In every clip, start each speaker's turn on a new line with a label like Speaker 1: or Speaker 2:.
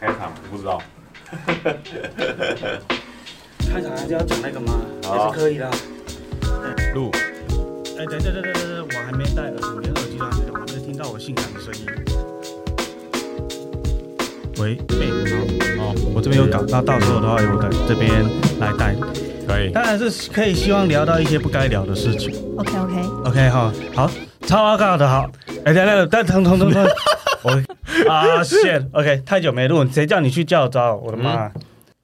Speaker 1: 开场不知道。
Speaker 2: 开场还是要讲那个吗？
Speaker 1: 好啊
Speaker 2: 也是可以的。
Speaker 1: 录，
Speaker 2: 哎，等一下等一下等一下，我还没戴耳朵，连耳机都还没戴，我就听到我性感的声音。喂，妹，好，哦，我这边有稿，那到时候的话由我这边来带。
Speaker 1: 可以。
Speaker 2: 当然是可以，希望聊到一些不该聊的事情。
Speaker 3: OK OK，
Speaker 2: OK 哈，好，超尬的好。哎，等等等，等等等等，我啊，shit。OK，太久没录，谁叫你去教招？我的妈！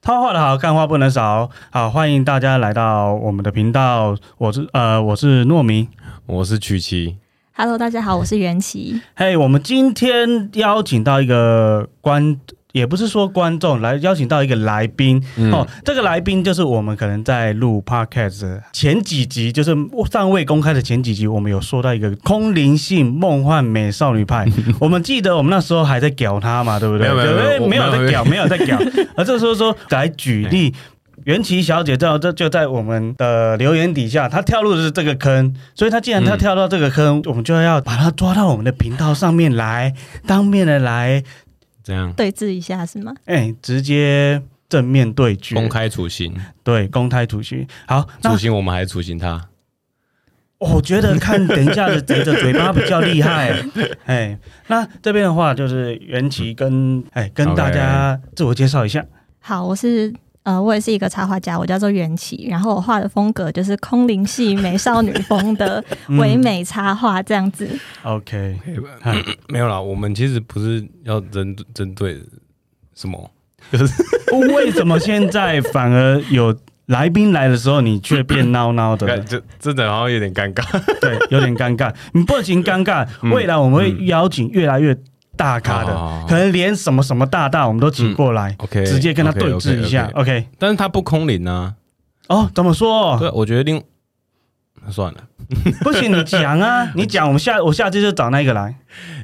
Speaker 2: 套话的好，干话不能少。好，欢迎大家来到我们的频道，我是呃，我是糯米。
Speaker 1: 我是曲奇，
Speaker 3: Hello，大家好，我是袁琪。
Speaker 2: 嘿、我们今天邀请到一个观，也不是说观众来，邀请到一个来宾、
Speaker 1: 嗯
Speaker 2: 哦。这个来宾就是我们可能在录 podcast 前几集，就是尚未公开的前几集，我们有说到一个空灵性梦幻美少 女派。我们记得我们那时候还在屌他嘛，对不对？
Speaker 1: 没有没有
Speaker 2: 对不对
Speaker 1: 没
Speaker 2: 没
Speaker 1: 有
Speaker 2: 有
Speaker 1: 我
Speaker 2: 在屌，没有在 屌。而这时候说来举例。袁琪小姐在这就在我们的留言底下，她跳入的是这个坑，所以她既然她跳到这个
Speaker 4: 嗯
Speaker 2: 坑，我们就要把她抓到我们的频道上面来，当面的来，
Speaker 4: 这样
Speaker 3: 对峙一下是吗？
Speaker 2: 哎、直接正面对决，
Speaker 4: 公开处刑，
Speaker 2: 对公开处刑。好，那
Speaker 4: 处刑我们还处刑他，
Speaker 2: 我觉得看等一下的贼的嘴巴比较厉害， 哎、那这边的话就是袁琪跟哎、跟
Speaker 4: OK
Speaker 2: 大家自我介绍一下，
Speaker 3: 好，我是呃，我也是一个插画家，我叫做袁琪，然后我画的风格就是空灵系美少女风的
Speaker 2: 嗯
Speaker 3: 唯美插画这样子。
Speaker 2: ，OK，
Speaker 4: 没有啦，我们其实不是要针针对什么，
Speaker 2: 为什么现在反而有来宾来的时候，你却变孬孬 的？
Speaker 4: 这真的好像有点尴尬。
Speaker 2: 对，有点尴尬。你不仅尴尬，未来我们会邀请越来越大咖的，
Speaker 4: 嗯
Speaker 2: 可能连什么什么大大我们都请过来，
Speaker 4: OK，
Speaker 2: 直接跟他对峙一下。
Speaker 4: OK，OK，OK
Speaker 2: OK，
Speaker 4: 但是他不空灵啊，
Speaker 2: 哦，怎么说？
Speaker 4: 对，啊我觉得另那算了，
Speaker 2: 不行，你讲 啊，你讲，我们下我下次就找那一个来。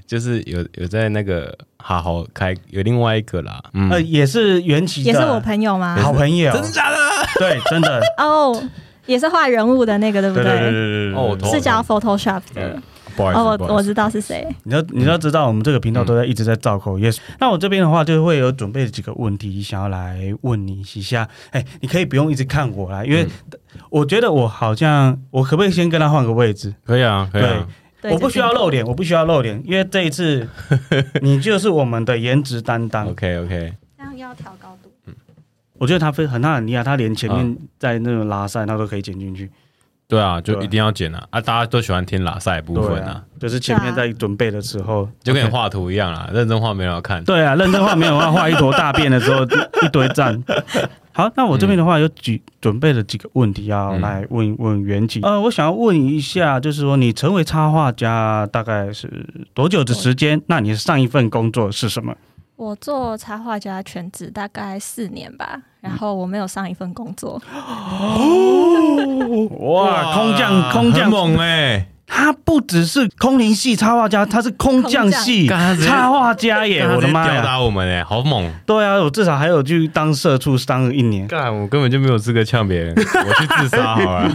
Speaker 4: 就是有有在那个好好开有另外一个啦，嗯
Speaker 2: 呃，，也是缘起的，
Speaker 3: 也是我朋友啊吗？
Speaker 2: 好朋友，真的假的？对，真的，
Speaker 3: 哦也是画人物的那个，对不
Speaker 2: 对对对对对。
Speaker 4: 哦，我头
Speaker 3: 是叫 Photoshop 的
Speaker 4: 嗯。不好意思，
Speaker 3: 哦，
Speaker 4: 不
Speaker 3: 我
Speaker 4: 好
Speaker 3: 我
Speaker 4: 意思
Speaker 3: 知道是谁。
Speaker 2: 你要你要知道，我们这个频
Speaker 4: 嗯
Speaker 2: 道都在一直在造口业。那我这边的话，就会有准备几个问题，想要来问你一下。哎、你可以不用一直看我啦，因为
Speaker 4: 嗯
Speaker 2: 我觉得我好像，我可不可以先跟他换个位置？
Speaker 4: 可以啊，可以啊，
Speaker 3: 对
Speaker 2: 我不需要露脸，我不需要露脸，因为这 一次你就是我们的颜值担当。
Speaker 4: OK OK，
Speaker 3: 这样要调高度。
Speaker 2: 我觉得他非很他很厉害，啊他连前
Speaker 4: 啊
Speaker 2: 面在那种拉塞，他都可以剪进去。
Speaker 4: 对啊，就
Speaker 2: 对
Speaker 4: 一定要剪啊啊，大家都喜欢听拉塞的部
Speaker 2: 对
Speaker 4: 分
Speaker 2: 啊
Speaker 4: 啊，，
Speaker 2: 就是前面在准备的时候，
Speaker 4: 就跟你画图一样啦，认真画没人要看。
Speaker 2: 对啊，认真画没有画，画一坨大便的时候一堆 赞。好，那我这边的话有几准备了几个问题要
Speaker 4: 嗯
Speaker 2: 来问问袁景。呃，我想要问一下，就是说你成为插画家大概是多久的时间？那你上一份工作是什么？
Speaker 3: 我做插画家全职大概四年吧，然后我没有上一份工作，
Speaker 2: 哦 哇，欸空降
Speaker 4: 很
Speaker 2: 空降，
Speaker 4: 猛哎！
Speaker 2: 他不只是空灵系插画家，他是空降系
Speaker 4: 空降干他直接
Speaker 2: 插画家耶！
Speaker 4: 干
Speaker 2: 我的妈
Speaker 4: 他直接吊
Speaker 2: 呀！
Speaker 4: 打我们哎，好猛！
Speaker 2: 对啊，我至少还有去当社畜当了一年。
Speaker 4: 干，我根本就没有资格呛别人， 我去自杀好了。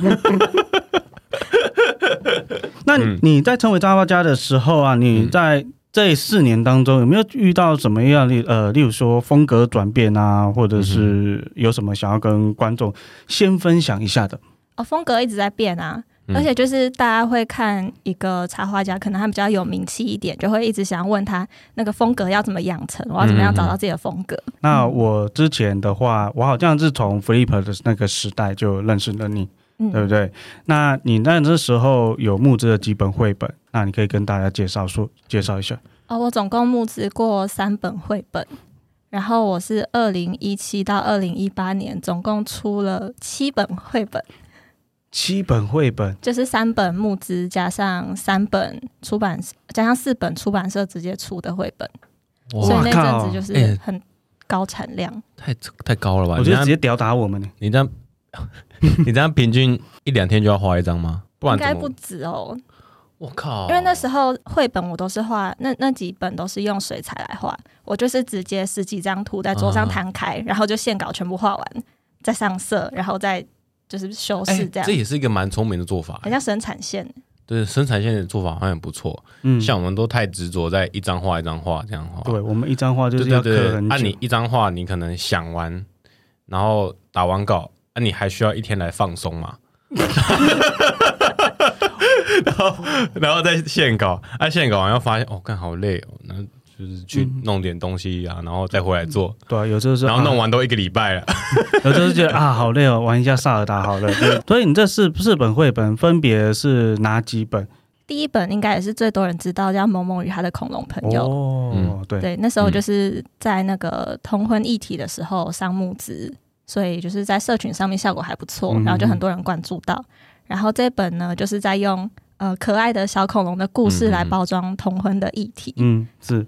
Speaker 2: 那你
Speaker 4: 嗯
Speaker 2: 你在成为插画家的时候啊，你在这四年当中有没有遇到什么样的呃，例如说风格转变啊，或者
Speaker 4: 嗯
Speaker 2: 是有什么想要跟观众先分享一下的？
Speaker 3: 哦，风格一直在变啊。
Speaker 4: 嗯
Speaker 3: 而且就是大家会看一个插画家，可能他比较有名气一点，就会一直想问他那个风格要怎么养成，我要怎
Speaker 4: 嗯
Speaker 3: 么样找到自己的风格。
Speaker 2: 那我之前的话，我好像是从 Flipper 的那个时代就认识了你，
Speaker 3: 嗯，
Speaker 4: 呃
Speaker 2: 对不对？那你那这时候有募资的几本绘本，那你可以跟大家介绍说介绍一下。
Speaker 3: 哦，我总共募资过三本绘本，然后我是二零一七到二零一八年总共出了七本绘本，
Speaker 2: 七本绘本，
Speaker 3: 就是三本募资加上三本出版社加上四本出版社直接出的绘本，所以
Speaker 2: 哇
Speaker 3: 那
Speaker 2: 靠
Speaker 3: 阵子就是
Speaker 4: 哎
Speaker 3: 很高产量。
Speaker 4: 太太高了吧？
Speaker 2: 我
Speaker 4: 你这
Speaker 2: 觉得直
Speaker 4: 样
Speaker 2: 接吊打我们呢。
Speaker 4: 你这样 你这样平均一两天就要画一张吗？不
Speaker 3: 应
Speaker 4: 然
Speaker 3: 该
Speaker 4: 怎
Speaker 3: 不
Speaker 4: 么？
Speaker 3: 止哦，
Speaker 4: 我靠！
Speaker 3: 因为那时候绘本我都是画，那那几本都是用水彩来画，我就是直接十几张图在桌上摊开，然后就线稿全部画完，再上色，然后再就是修
Speaker 4: 哎
Speaker 3: 饰这样，
Speaker 4: 这也是一个蛮聪明的做法
Speaker 3: 很。像生产线。
Speaker 4: 对生产线的做法好像也不错。
Speaker 2: 嗯，
Speaker 4: 像我们都太执着在一张画一张画这样画，
Speaker 2: 对啊我们一张画就
Speaker 4: 对
Speaker 2: 是
Speaker 4: 对
Speaker 2: 要
Speaker 4: 对
Speaker 2: 刻
Speaker 4: 对，
Speaker 2: 很久，
Speaker 4: 啊，你一张画你可能想完，然后打完稿，啊，你还需要一天来放松嘛？ 然后，然后再现稿，啊，现稿完要发现，哦，干好累哦，那就是去弄点东西啊，然后再回来做，
Speaker 2: 对啊，有时候是
Speaker 4: 然后弄
Speaker 2: 啊
Speaker 4: 完都一个礼拜了。
Speaker 2: 有时候是觉得啊好累哦，玩一下萨尔达好了。 对所以你这四四本绘本分别是哪几本？
Speaker 3: 第一本应该也是最多人知道，叫《萌萌与他的恐龙朋友》
Speaker 2: 哦
Speaker 4: 嗯，
Speaker 2: 对，
Speaker 3: 对，那时候就是在那个同婚议题的时候上募资，所以就是在社群上面效果还不错
Speaker 2: 嗯，
Speaker 3: 然后就很多人关注到。然后这本呢，就是在用呃可爱的小恐龙的故事来包装同婚的议题，
Speaker 2: 嗯是，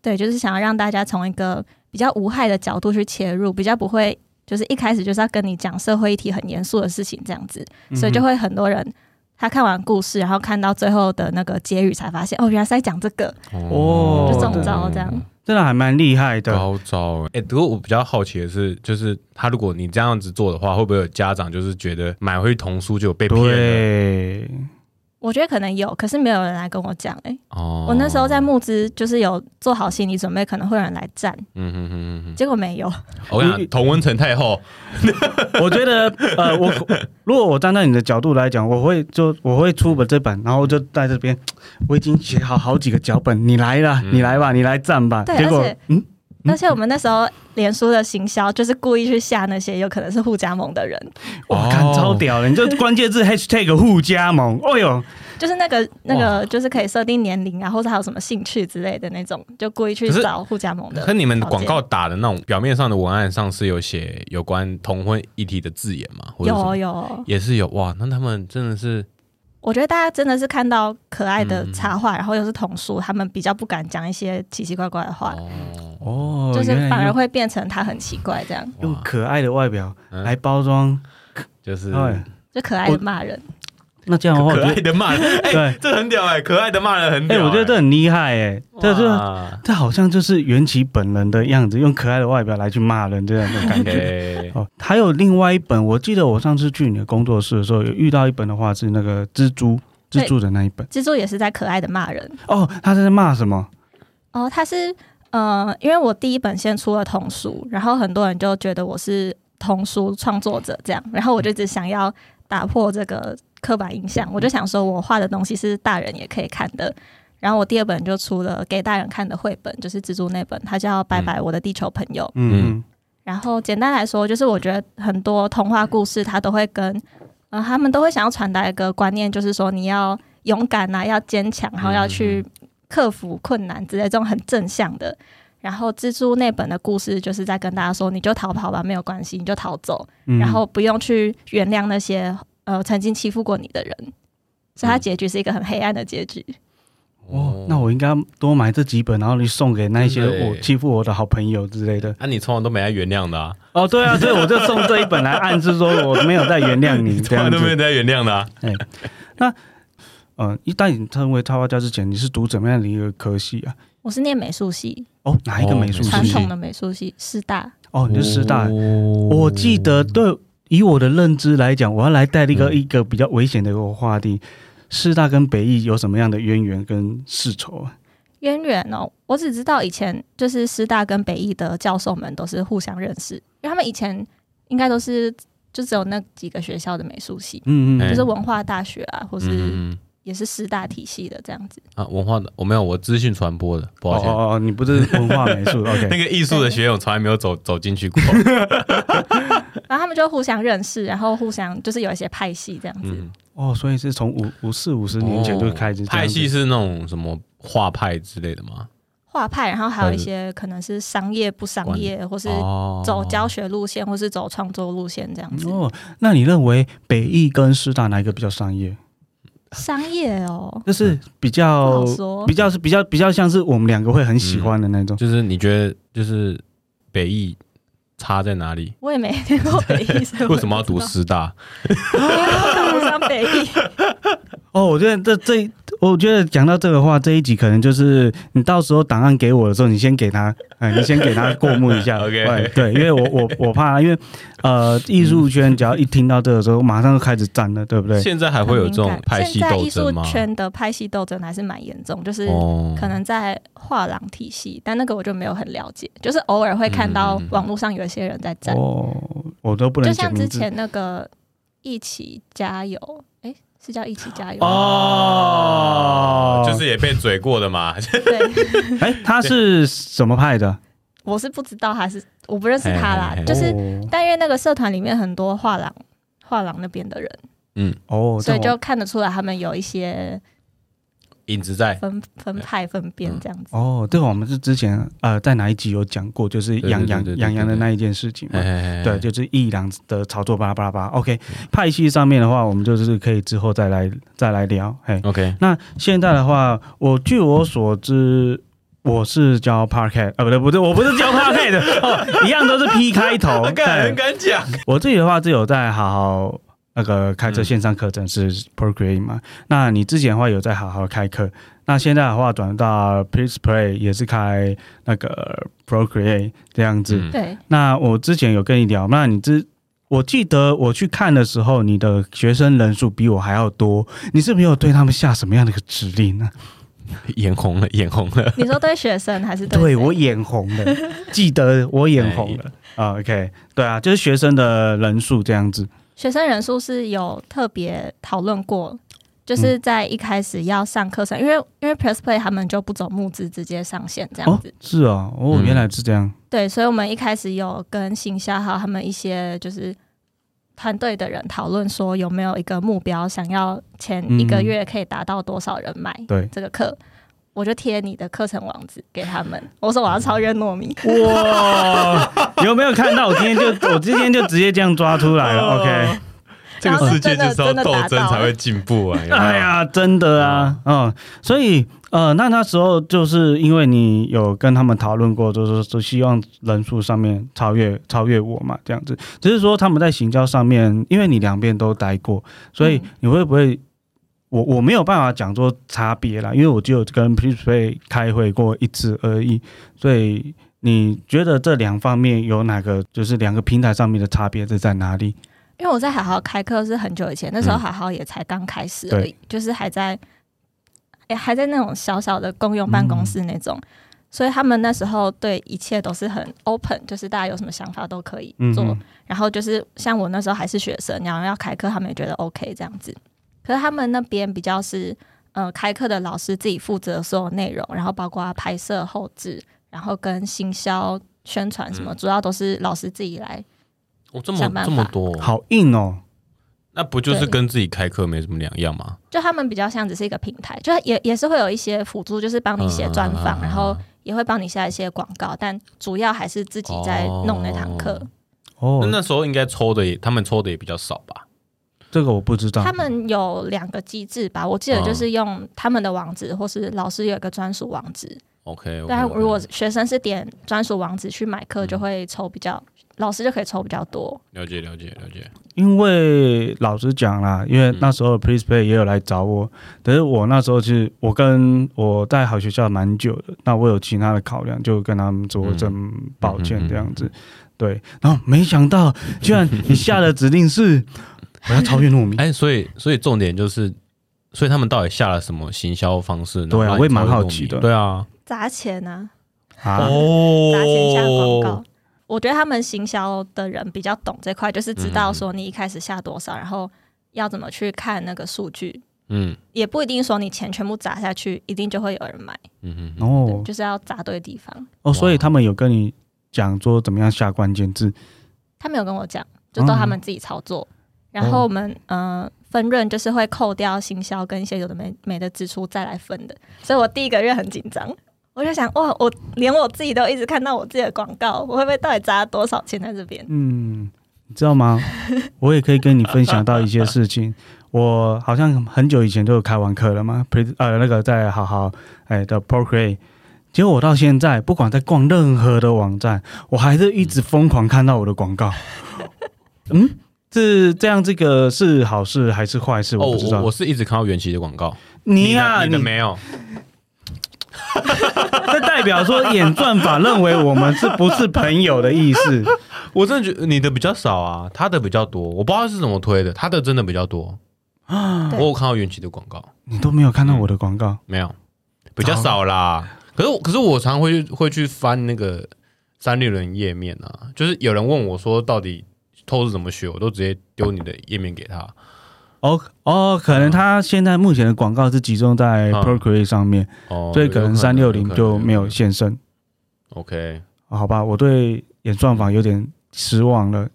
Speaker 3: 对，就是想要让大家从一个比较无害的角度去切入，比较不会就是一开始就是要跟你讲社会议题很严肃的事情这样子，
Speaker 2: 嗯
Speaker 3: 所以就会很多人。他看完故事，然后看到最后的那个结语，才发现哦，原来是在讲这个，
Speaker 4: 啊
Speaker 2: 哦
Speaker 3: 就中招这样。
Speaker 2: 真的还蛮厉害的。
Speaker 4: 高招哎、欸！不过我比较好奇的是，就是他如果你这样子做的话，会不会有家长就是觉得买回童书就有被骗了？
Speaker 2: 对，
Speaker 3: 我觉得可能有，可是没有人来跟我讲、欸。
Speaker 4: 哦
Speaker 3: 我那时候在，募资，就是有做好心理准备，可能会有人来站，
Speaker 4: 嗯哼哼哼
Speaker 3: 结果没有。
Speaker 4: 哼，我跟你讲，童文成太后，
Speaker 2: 我觉得呃，我如果我站在你的角度来讲，我会就我会出本这本，然后我就在这边，我已经写好好几个脚本，你来啦，
Speaker 4: 嗯
Speaker 2: 你来吧，你来站吧。
Speaker 3: 对
Speaker 2: 结果
Speaker 3: 而且
Speaker 2: 嗯，嗯
Speaker 3: 而且我们那时候脸书的行销就是故意去吓那些有可能是互加盟的人，
Speaker 2: 哇，
Speaker 4: 哦
Speaker 2: 看超屌的，你这关键字 hashtag 互加盟，哦呦，
Speaker 3: 就是那个那个就是可以设定年龄啊，或者还有什么兴趣之类的那种，就故意去
Speaker 4: 可是
Speaker 3: 找互加盟的。
Speaker 4: 可你们的广告
Speaker 3: 条件
Speaker 4: 打的那种表面上的文案上是有写有关同婚议题的字眼吗？或者
Speaker 3: 有
Speaker 4: 什么
Speaker 3: 哦有哦，
Speaker 4: 也是有哇，那他们真的是
Speaker 3: 我觉得大家真的是看到可爱的插
Speaker 4: 嗯
Speaker 3: 画，然后又是童书，他们比较不敢讲一些奇奇怪怪的话，
Speaker 4: 哦，
Speaker 2: 哦，
Speaker 3: 就是
Speaker 2: 原来
Speaker 3: 反而
Speaker 2: 用
Speaker 3: 会变成他很奇怪这样，
Speaker 2: 用
Speaker 4: 哇
Speaker 2: 可爱的外表
Speaker 4: 嗯
Speaker 2: 来包装，
Speaker 4: 就是
Speaker 2: 哎，
Speaker 3: 就可爱的骂人。
Speaker 2: 那这样的话，我
Speaker 4: 可
Speaker 2: 觉
Speaker 4: 爱
Speaker 2: 得
Speaker 4: 的骂人，哎
Speaker 2: 对，
Speaker 4: 这很屌哎，可爱的骂人很
Speaker 2: 哎，
Speaker 4: 屌，
Speaker 2: 我觉得这很厉害哎，这这
Speaker 4: 哇
Speaker 2: 这好像就是缘起本人的样子，用可爱的外表来去骂人这样的感觉。
Speaker 4: OK，
Speaker 2: 哦，还有另外一本，我记得我上次去你的工作室的时候，有遇到一本的话是那个蜘蛛
Speaker 3: 对
Speaker 2: 蜘蛛的那一本。
Speaker 3: 蜘蛛也是在可爱的骂人。
Speaker 2: 哦，他在骂什么？
Speaker 3: 哦，他是呃，因为我第一本先出了童书，然后很多人就觉得我是童书创作者这样，然后我就只想要打破这个刻板印象，我就想说我画的东西是大人也可以看的。然后我第二本就出了给大人看的绘本，就是蜘蛛那本，它叫《拜拜我的地球朋友》。
Speaker 2: 嗯
Speaker 3: 然后简单来说，就是我觉得很多童话故事它都会跟，呃，他们都会想要传达一个观念，就是说你要勇敢啊，要坚强，然后要
Speaker 2: 嗯
Speaker 3: 去嗯克服困难之类这种很正向的。然后蜘蛛那本的故事就是在跟大家说，你就逃跑吧，没有关系，你就逃走，
Speaker 2: 嗯
Speaker 3: 然后不用去原谅那些呃曾经欺负过你的人。所以
Speaker 2: 嗯
Speaker 3: 它结局是一个很黑暗的结局。
Speaker 2: 哦，那我应该多买这几本，然后你送给那一些
Speaker 4: 真的耶
Speaker 2: 我欺负我的好朋友之类的。
Speaker 4: 啊那你从来都没在原谅的啊，
Speaker 2: 哦，对 啊，所以我就送这一本来暗示说我没有在原谅 你这
Speaker 4: 从来
Speaker 2: 样
Speaker 4: 都没有
Speaker 2: 子。
Speaker 4: 在原谅的啊。
Speaker 2: 嗯，一旦你成为插画家之前，你是读怎么样的一个科系啊？
Speaker 3: 我是念美术系，
Speaker 2: 哦，哪一个
Speaker 4: 哦
Speaker 2: 美术
Speaker 4: 美术
Speaker 3: 传
Speaker 2: 系？
Speaker 3: 统的美术系，师大。
Speaker 2: 哦，你是师大。
Speaker 4: 我
Speaker 2: 我记得，对，以我的认知来讲，我要来带一个、
Speaker 4: 嗯
Speaker 2: 一个比较危险的一个话题。师大跟北艺有什么样的渊源跟世仇啊？
Speaker 3: 渊源哦，我只知道以前就是师大跟北艺的教授们都是互相认识，因为他们以前应该都是就只有那几个学校的美术系，
Speaker 2: 嗯
Speaker 4: 哎
Speaker 3: 就是文化大学啊，或是
Speaker 4: 嗯
Speaker 3: 也是师大体系的这样子。
Speaker 4: 啊，文化的我没有，我资讯传播的，
Speaker 2: 哦
Speaker 4: 抱歉。
Speaker 2: 哦哦，你不是文化美 术
Speaker 4: 那
Speaker 2: ？OK，
Speaker 4: 个艺术的学院，我从来没有走走进去过。
Speaker 3: 然后他们就互相认识，然后互相就是有一些派系这样子。
Speaker 4: 嗯，
Speaker 2: 哦，所以是从五五四五十年前就开始
Speaker 4: 哦
Speaker 2: 这样
Speaker 4: 派
Speaker 2: 子
Speaker 4: 系是那种什么画派之类的吗？
Speaker 3: 画派，然后还有一些可能是商业不商业，或是
Speaker 4: 哦
Speaker 3: 走教学路线，或是走创作路线这样子。
Speaker 2: 哦，那你认为北艺跟师大哪一个比较商业？
Speaker 3: 商业哦，
Speaker 4: 嗯
Speaker 2: 就是比
Speaker 3: 不
Speaker 2: 较
Speaker 3: 好说
Speaker 2: 比。较是比较比较像是我们两个会很喜欢的那种。
Speaker 4: 就是你觉得就是北艺差在哪里？
Speaker 3: 我也没听过北艺，所以我
Speaker 4: 为什么要
Speaker 3: 不知
Speaker 4: 读
Speaker 3: 道？
Speaker 4: 师大？
Speaker 3: 因为我考不上北艺。
Speaker 2: 哦，我觉得这这一，我觉得讲到这个话，这一集可能就是你到时候档案给我的时候，你先给他，嗯，你先给他过目一下。
Speaker 4: OK
Speaker 2: 对对，因为我我我怕，因为呃，艺术圈只要一听到这个时候，马上就开始战了，对不对？
Speaker 4: 现在还会有这种派系
Speaker 3: 现在
Speaker 4: 斗
Speaker 3: 艺术
Speaker 4: 争吗？
Speaker 3: 圈的派系斗争还是蛮严重，就是
Speaker 4: 哦
Speaker 3: 可能在画廊体系，但那个我就没有很了解，就是偶尔会看到
Speaker 4: 嗯
Speaker 3: 网络上有一些人在站，
Speaker 2: 哦，我都不能
Speaker 3: 就
Speaker 2: 讲
Speaker 3: 像
Speaker 2: 名
Speaker 3: 之
Speaker 2: 字。
Speaker 3: 前那个一起加油，哎、是叫一起加油吗
Speaker 4: 哦
Speaker 2: 哦，
Speaker 4: 就是也被嘴过的嘛，
Speaker 3: 对，
Speaker 2: 哎、他是什么派的？
Speaker 3: 我是不知道他是我不认识他啦
Speaker 4: 嘿嘿，嘿
Speaker 3: 就是
Speaker 2: 哦
Speaker 3: 但因为那个社团里面很多画廊画廊那边的人，
Speaker 2: 哦，
Speaker 3: 所以
Speaker 2: 这
Speaker 3: 就
Speaker 2: 我
Speaker 3: 看得出来他们有一些
Speaker 4: 影子在
Speaker 3: 分分派分
Speaker 4: 嗯
Speaker 3: 辨这样子。
Speaker 2: 哦，这个我们是之前呃在哪一集有讲过，就是
Speaker 4: 对
Speaker 2: 杨
Speaker 4: 对
Speaker 2: 洋
Speaker 4: 对对对
Speaker 2: 杨洋的
Speaker 4: 对哎
Speaker 2: 那一件事情嘛。对，
Speaker 4: 对
Speaker 2: 就是伊朗的炒作巴拉巴拉巴拉。OK，派系上面的话，我们就是可以之后再来再来聊。嘿，
Speaker 4: ，OK，
Speaker 2: 那现在的话，我据我所知，我是教 Parket 啊，不对不对，我不是教 Parket 的，哦，一样都是 P 开头。对，
Speaker 4: 敢讲，
Speaker 2: 我自己的话是有在好好那个开这线上课程是 Procreate 嘛，那你之前的话有在好好开课，那现在的话转到 p l e a s e Play 也是开那个 Procreate 这样子。
Speaker 4: 嗯
Speaker 3: 对，
Speaker 2: 那我之前有跟你聊，那你之我记得我去看的时候，你的学生人数比我还要多，你是没有对他们下什么样的一个指令呢、
Speaker 4: 眼红了，眼红了，
Speaker 3: 你说对学生还是对
Speaker 2: 对
Speaker 3: 谁
Speaker 2: 我眼红了，记得我眼红了啊、OK，对啊，就是学生的人数这样子。
Speaker 3: 学生人数是有特别讨论过，就是在一开始要上课
Speaker 2: 嗯
Speaker 3: 程，因为因为 Press Play 他们就不走募资，直接上线这样
Speaker 2: 哦
Speaker 3: 子。，
Speaker 2: 是哦，哦，
Speaker 4: 嗯
Speaker 2: 原来是这样。
Speaker 3: 对，所以我们一开始有跟行销还有他们一些就是团队的人讨论说，有没有一个目标，想要前一个月可以达到多少人买
Speaker 2: 嗯对
Speaker 3: 这个课。我就贴你的课程网址给他们，我说我要超越糯米，
Speaker 2: 哇，有没有看到？我今天就我今天就直接这样抓出来
Speaker 4: 哦
Speaker 2: 了。OK，
Speaker 4: 这
Speaker 3: 然后
Speaker 4: 个世
Speaker 3: 是
Speaker 4: 界
Speaker 3: 真
Speaker 4: 就
Speaker 3: 的
Speaker 4: 是要
Speaker 3: 真的
Speaker 4: 斗
Speaker 3: 达
Speaker 4: 争
Speaker 3: 到
Speaker 4: 才
Speaker 3: 了
Speaker 4: 会进步啊！有没有
Speaker 2: 哎，呀，真的啊，嗯，所以呃，那那时候就是因为你有跟他们讨论过，就是说希望人数上面超越超越我嘛，这样子。只是说他们在行销上面，因为你两边都待过，所以
Speaker 3: 嗯
Speaker 2: 你会不会？我我没有办法讲说差别啦，因为我只有跟 p r i s p a y 开会过一次而已，所以你觉得这两方面有哪个就是两个平台上面的差别是在哪里？
Speaker 3: 因为我在好好开课是很久以前，那时候
Speaker 4: 嗯
Speaker 3: 好好也才刚开始而已，就是还在，哎，还在那种小小的公用办公室那种，
Speaker 2: 嗯
Speaker 3: 所以他们那时候对一切都是很 open，就是大家有什么想法都可以
Speaker 2: 嗯
Speaker 3: 做。
Speaker 2: 哼，
Speaker 3: 然后就是像我那时候还是学生，然后要开课，他们也觉得 OK 这样子。可是他们那边比较是，呃，开课的老师自己负责所有内容，然后包括拍摄、后置，然后跟行销、宣传什
Speaker 2: 嗯
Speaker 3: 么，主要都是老师自己来
Speaker 4: 我哦这
Speaker 3: 想
Speaker 4: 么
Speaker 3: 办
Speaker 4: 这么
Speaker 3: 法
Speaker 4: 多，，
Speaker 2: 好硬哦，
Speaker 4: 那不就是
Speaker 3: 对
Speaker 4: 跟自己开课没什么两样吗？
Speaker 3: 就他们比较像只是一个平台，就也也是会有一些辅助，就是帮你写专访，
Speaker 4: 嗯
Speaker 3: 然后也会帮你下一些广告，但主要还是自己在弄那堂课。
Speaker 4: 哦
Speaker 2: 哦
Speaker 4: 那，那时候应该抽的也，他们抽的也比较少吧？
Speaker 2: 这个我不知道。
Speaker 3: 他们有两个机制吧，我记得就是用他们的网址，或是老师有一个专属网址。
Speaker 4: OK，
Speaker 3: 但如果学生是点专属网址去买课，就会抽比较，老师就可以抽比较多。
Speaker 4: 了解了解了解，
Speaker 2: 因为老实讲啦，因为那时候 Please Play 也有来找我，可是我那时候是我跟我在好学校蛮久的，那我有其他的考量，就跟他们说声抱歉这样子。对，然后没想到，居然你下的指令是我要超越糯 米。
Speaker 4: 哎，所以所以重点就是，所以他们到底下了什么行销方式呢？
Speaker 2: 对啊
Speaker 4: 然后
Speaker 2: 我也蛮
Speaker 4: 你才会
Speaker 2: 好
Speaker 4: 弄
Speaker 2: 奇
Speaker 4: 你
Speaker 2: 的
Speaker 4: 对啊，
Speaker 3: 砸钱啊，
Speaker 2: 啊，
Speaker 4: 哦
Speaker 3: 砸钱下广告。我觉得他们行销的人比较懂这块，就是知道
Speaker 4: 嗯
Speaker 3: 说你一开始下多少，然后要怎么去看那个数据，
Speaker 4: 嗯
Speaker 3: 也不一定说你钱全部砸下去，一定就会有人买，
Speaker 4: 嗯嗯嗯，
Speaker 2: 然后
Speaker 3: 对，就是要砸对地方。
Speaker 2: 哦，所以他们有跟你讲说怎么样下关键字
Speaker 3: 他没有跟我讲，就都
Speaker 4: 嗯
Speaker 3: 他们自己操作。
Speaker 4: 哦
Speaker 3: 然后我们呃分润就是会扣掉行销跟一些有的没没的支出再来分的，所以我第一个月很紧张，我就想哇，我连我自己都一直看到我自己的广告，我会不会到底砸了多少钱在这边？
Speaker 2: 嗯，你知 道吗？我也可以跟你分享到一些事情。我好像很久以前就有开完课了嘛，pre 呃那个在好好哎的 Procreate，结果我到现在不管在 逛任何的网站，我还是一直疯狂看到我的广告。嗯，是这样，这个是好事还是坏事？
Speaker 4: 哦，
Speaker 2: 我不知道。
Speaker 4: 我我是一直看到袁琪的广告，
Speaker 2: 你
Speaker 4: 的
Speaker 2: 呀、
Speaker 4: 你
Speaker 2: 你
Speaker 4: 的没有，
Speaker 2: 这代表说演算法认为我们是不是朋友的意思？
Speaker 4: 我真的觉得你的比较少啊，他的比较多，我不知道是怎么推的，他的真的比较多。
Speaker 3: 对
Speaker 4: 我有看到袁琪的广告，
Speaker 2: 你都没有看到我的广告，
Speaker 4: 没有，比较少啦。可是我可是我常会去会去翻那个三六零页面啊，就是有人问我说到底偷是怎么学，我都直接丢你的页面给他。
Speaker 2: 哦哦，可能他现在目前的广告是集中在
Speaker 4: 嗯
Speaker 2: Procreate 上面，
Speaker 4: 哦，
Speaker 2: 所以可能三六零
Speaker 4: 可能
Speaker 2: 就没有
Speaker 4: 可能
Speaker 2: 现身。哦
Speaker 4: OK。
Speaker 2: 好吧，我对演算法有点失望
Speaker 4: 嗯
Speaker 2: 了。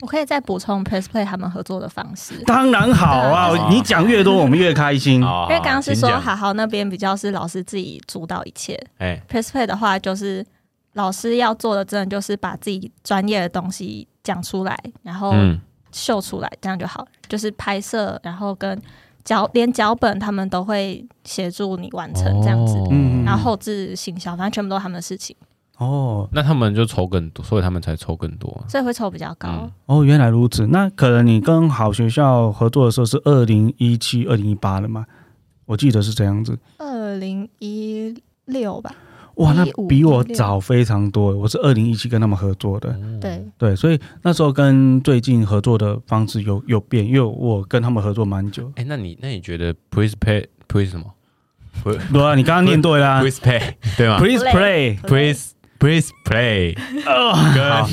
Speaker 3: 我可以再补充 Press Play 他们合作的方式，因
Speaker 2: 当然好 啊，
Speaker 4: 啊
Speaker 2: 你讲越多，我们越开心。
Speaker 4: 好
Speaker 3: 为刚刚是
Speaker 4: 啊请
Speaker 3: 说
Speaker 4: 讲
Speaker 3: 好好那边比较是老师自己主导一切
Speaker 4: 哎，
Speaker 3: ，Press Play 的话就是老师要做的，真的就是把自己专业的东西讲出来，然后
Speaker 4: 嗯，
Speaker 3: 秀出来，这样就好了。就是拍摄，然后跟脚连脚本他们都会协助你完成这样子，
Speaker 4: 哦
Speaker 2: 嗯
Speaker 3: 然后后置行销，反正全部都是他们的事情，
Speaker 2: 哦
Speaker 4: 那他们就抽更多，所以他们才抽更多。
Speaker 3: 所以会抽比较高。
Speaker 4: 嗯
Speaker 2: 哦，原来如此。那可能你跟好学校合作的时候是二零一七、二零一八了嘛？我记得是这样子。
Speaker 3: 二零一六吧，
Speaker 2: 哇，那
Speaker 3: 15
Speaker 2: 比我
Speaker 3: 16
Speaker 2: 早非常多。我是二零一七跟他们合作
Speaker 4: 嗯
Speaker 2: 的，
Speaker 3: 对，
Speaker 2: 对，所以那时候跟最近合作的方式有有变，因为我跟他们合作蛮久。
Speaker 4: 哎，那你那你觉得 Please Pay Please 什么
Speaker 2: 对啊，你刚刚念对啦。
Speaker 4: ？Please Pay 对吗
Speaker 2: Please play，
Speaker 4: ？Please Please Play
Speaker 2: 好，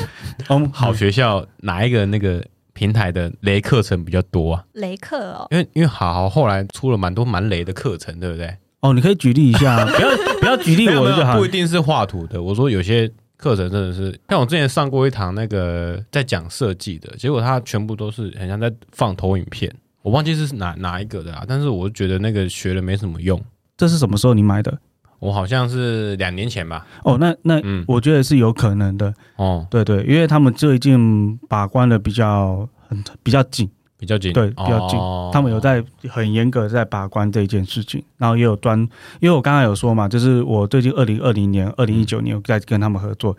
Speaker 2: 我们
Speaker 4: 好学校哪一个那个平台的雷课程比较多啊？
Speaker 3: 雷克哦，
Speaker 4: 因为因为好好后来出了蛮多蛮雷的课程，对不对？
Speaker 2: 哦，你可以举例一下，不要不要举例
Speaker 4: 没有
Speaker 2: 我
Speaker 4: 没
Speaker 2: 的就
Speaker 4: 有
Speaker 2: 好
Speaker 4: 不一。定是画图的。我说有些课程真的是，像我之前上过一堂那个在讲设计的，结果他全部都是很像在放投影片，我忘记是哪哪一个的啊。但是我就觉得那个学了没什么用。
Speaker 2: 这是什么时候你买的？
Speaker 4: 我好像是两年前吧，
Speaker 2: 哦，那那
Speaker 4: 嗯，
Speaker 2: 我觉得是有可能的，
Speaker 4: 哦，
Speaker 2: 对对，因为他们最近把关的比较很比较紧，
Speaker 4: 比较紧，
Speaker 2: 对比较紧
Speaker 4: 哦
Speaker 2: 他们有在很严格地在把关这一件事情，然后也有专，因为我刚刚有说嘛，就是我最近二零二零年、二零一九年有在跟他们合作。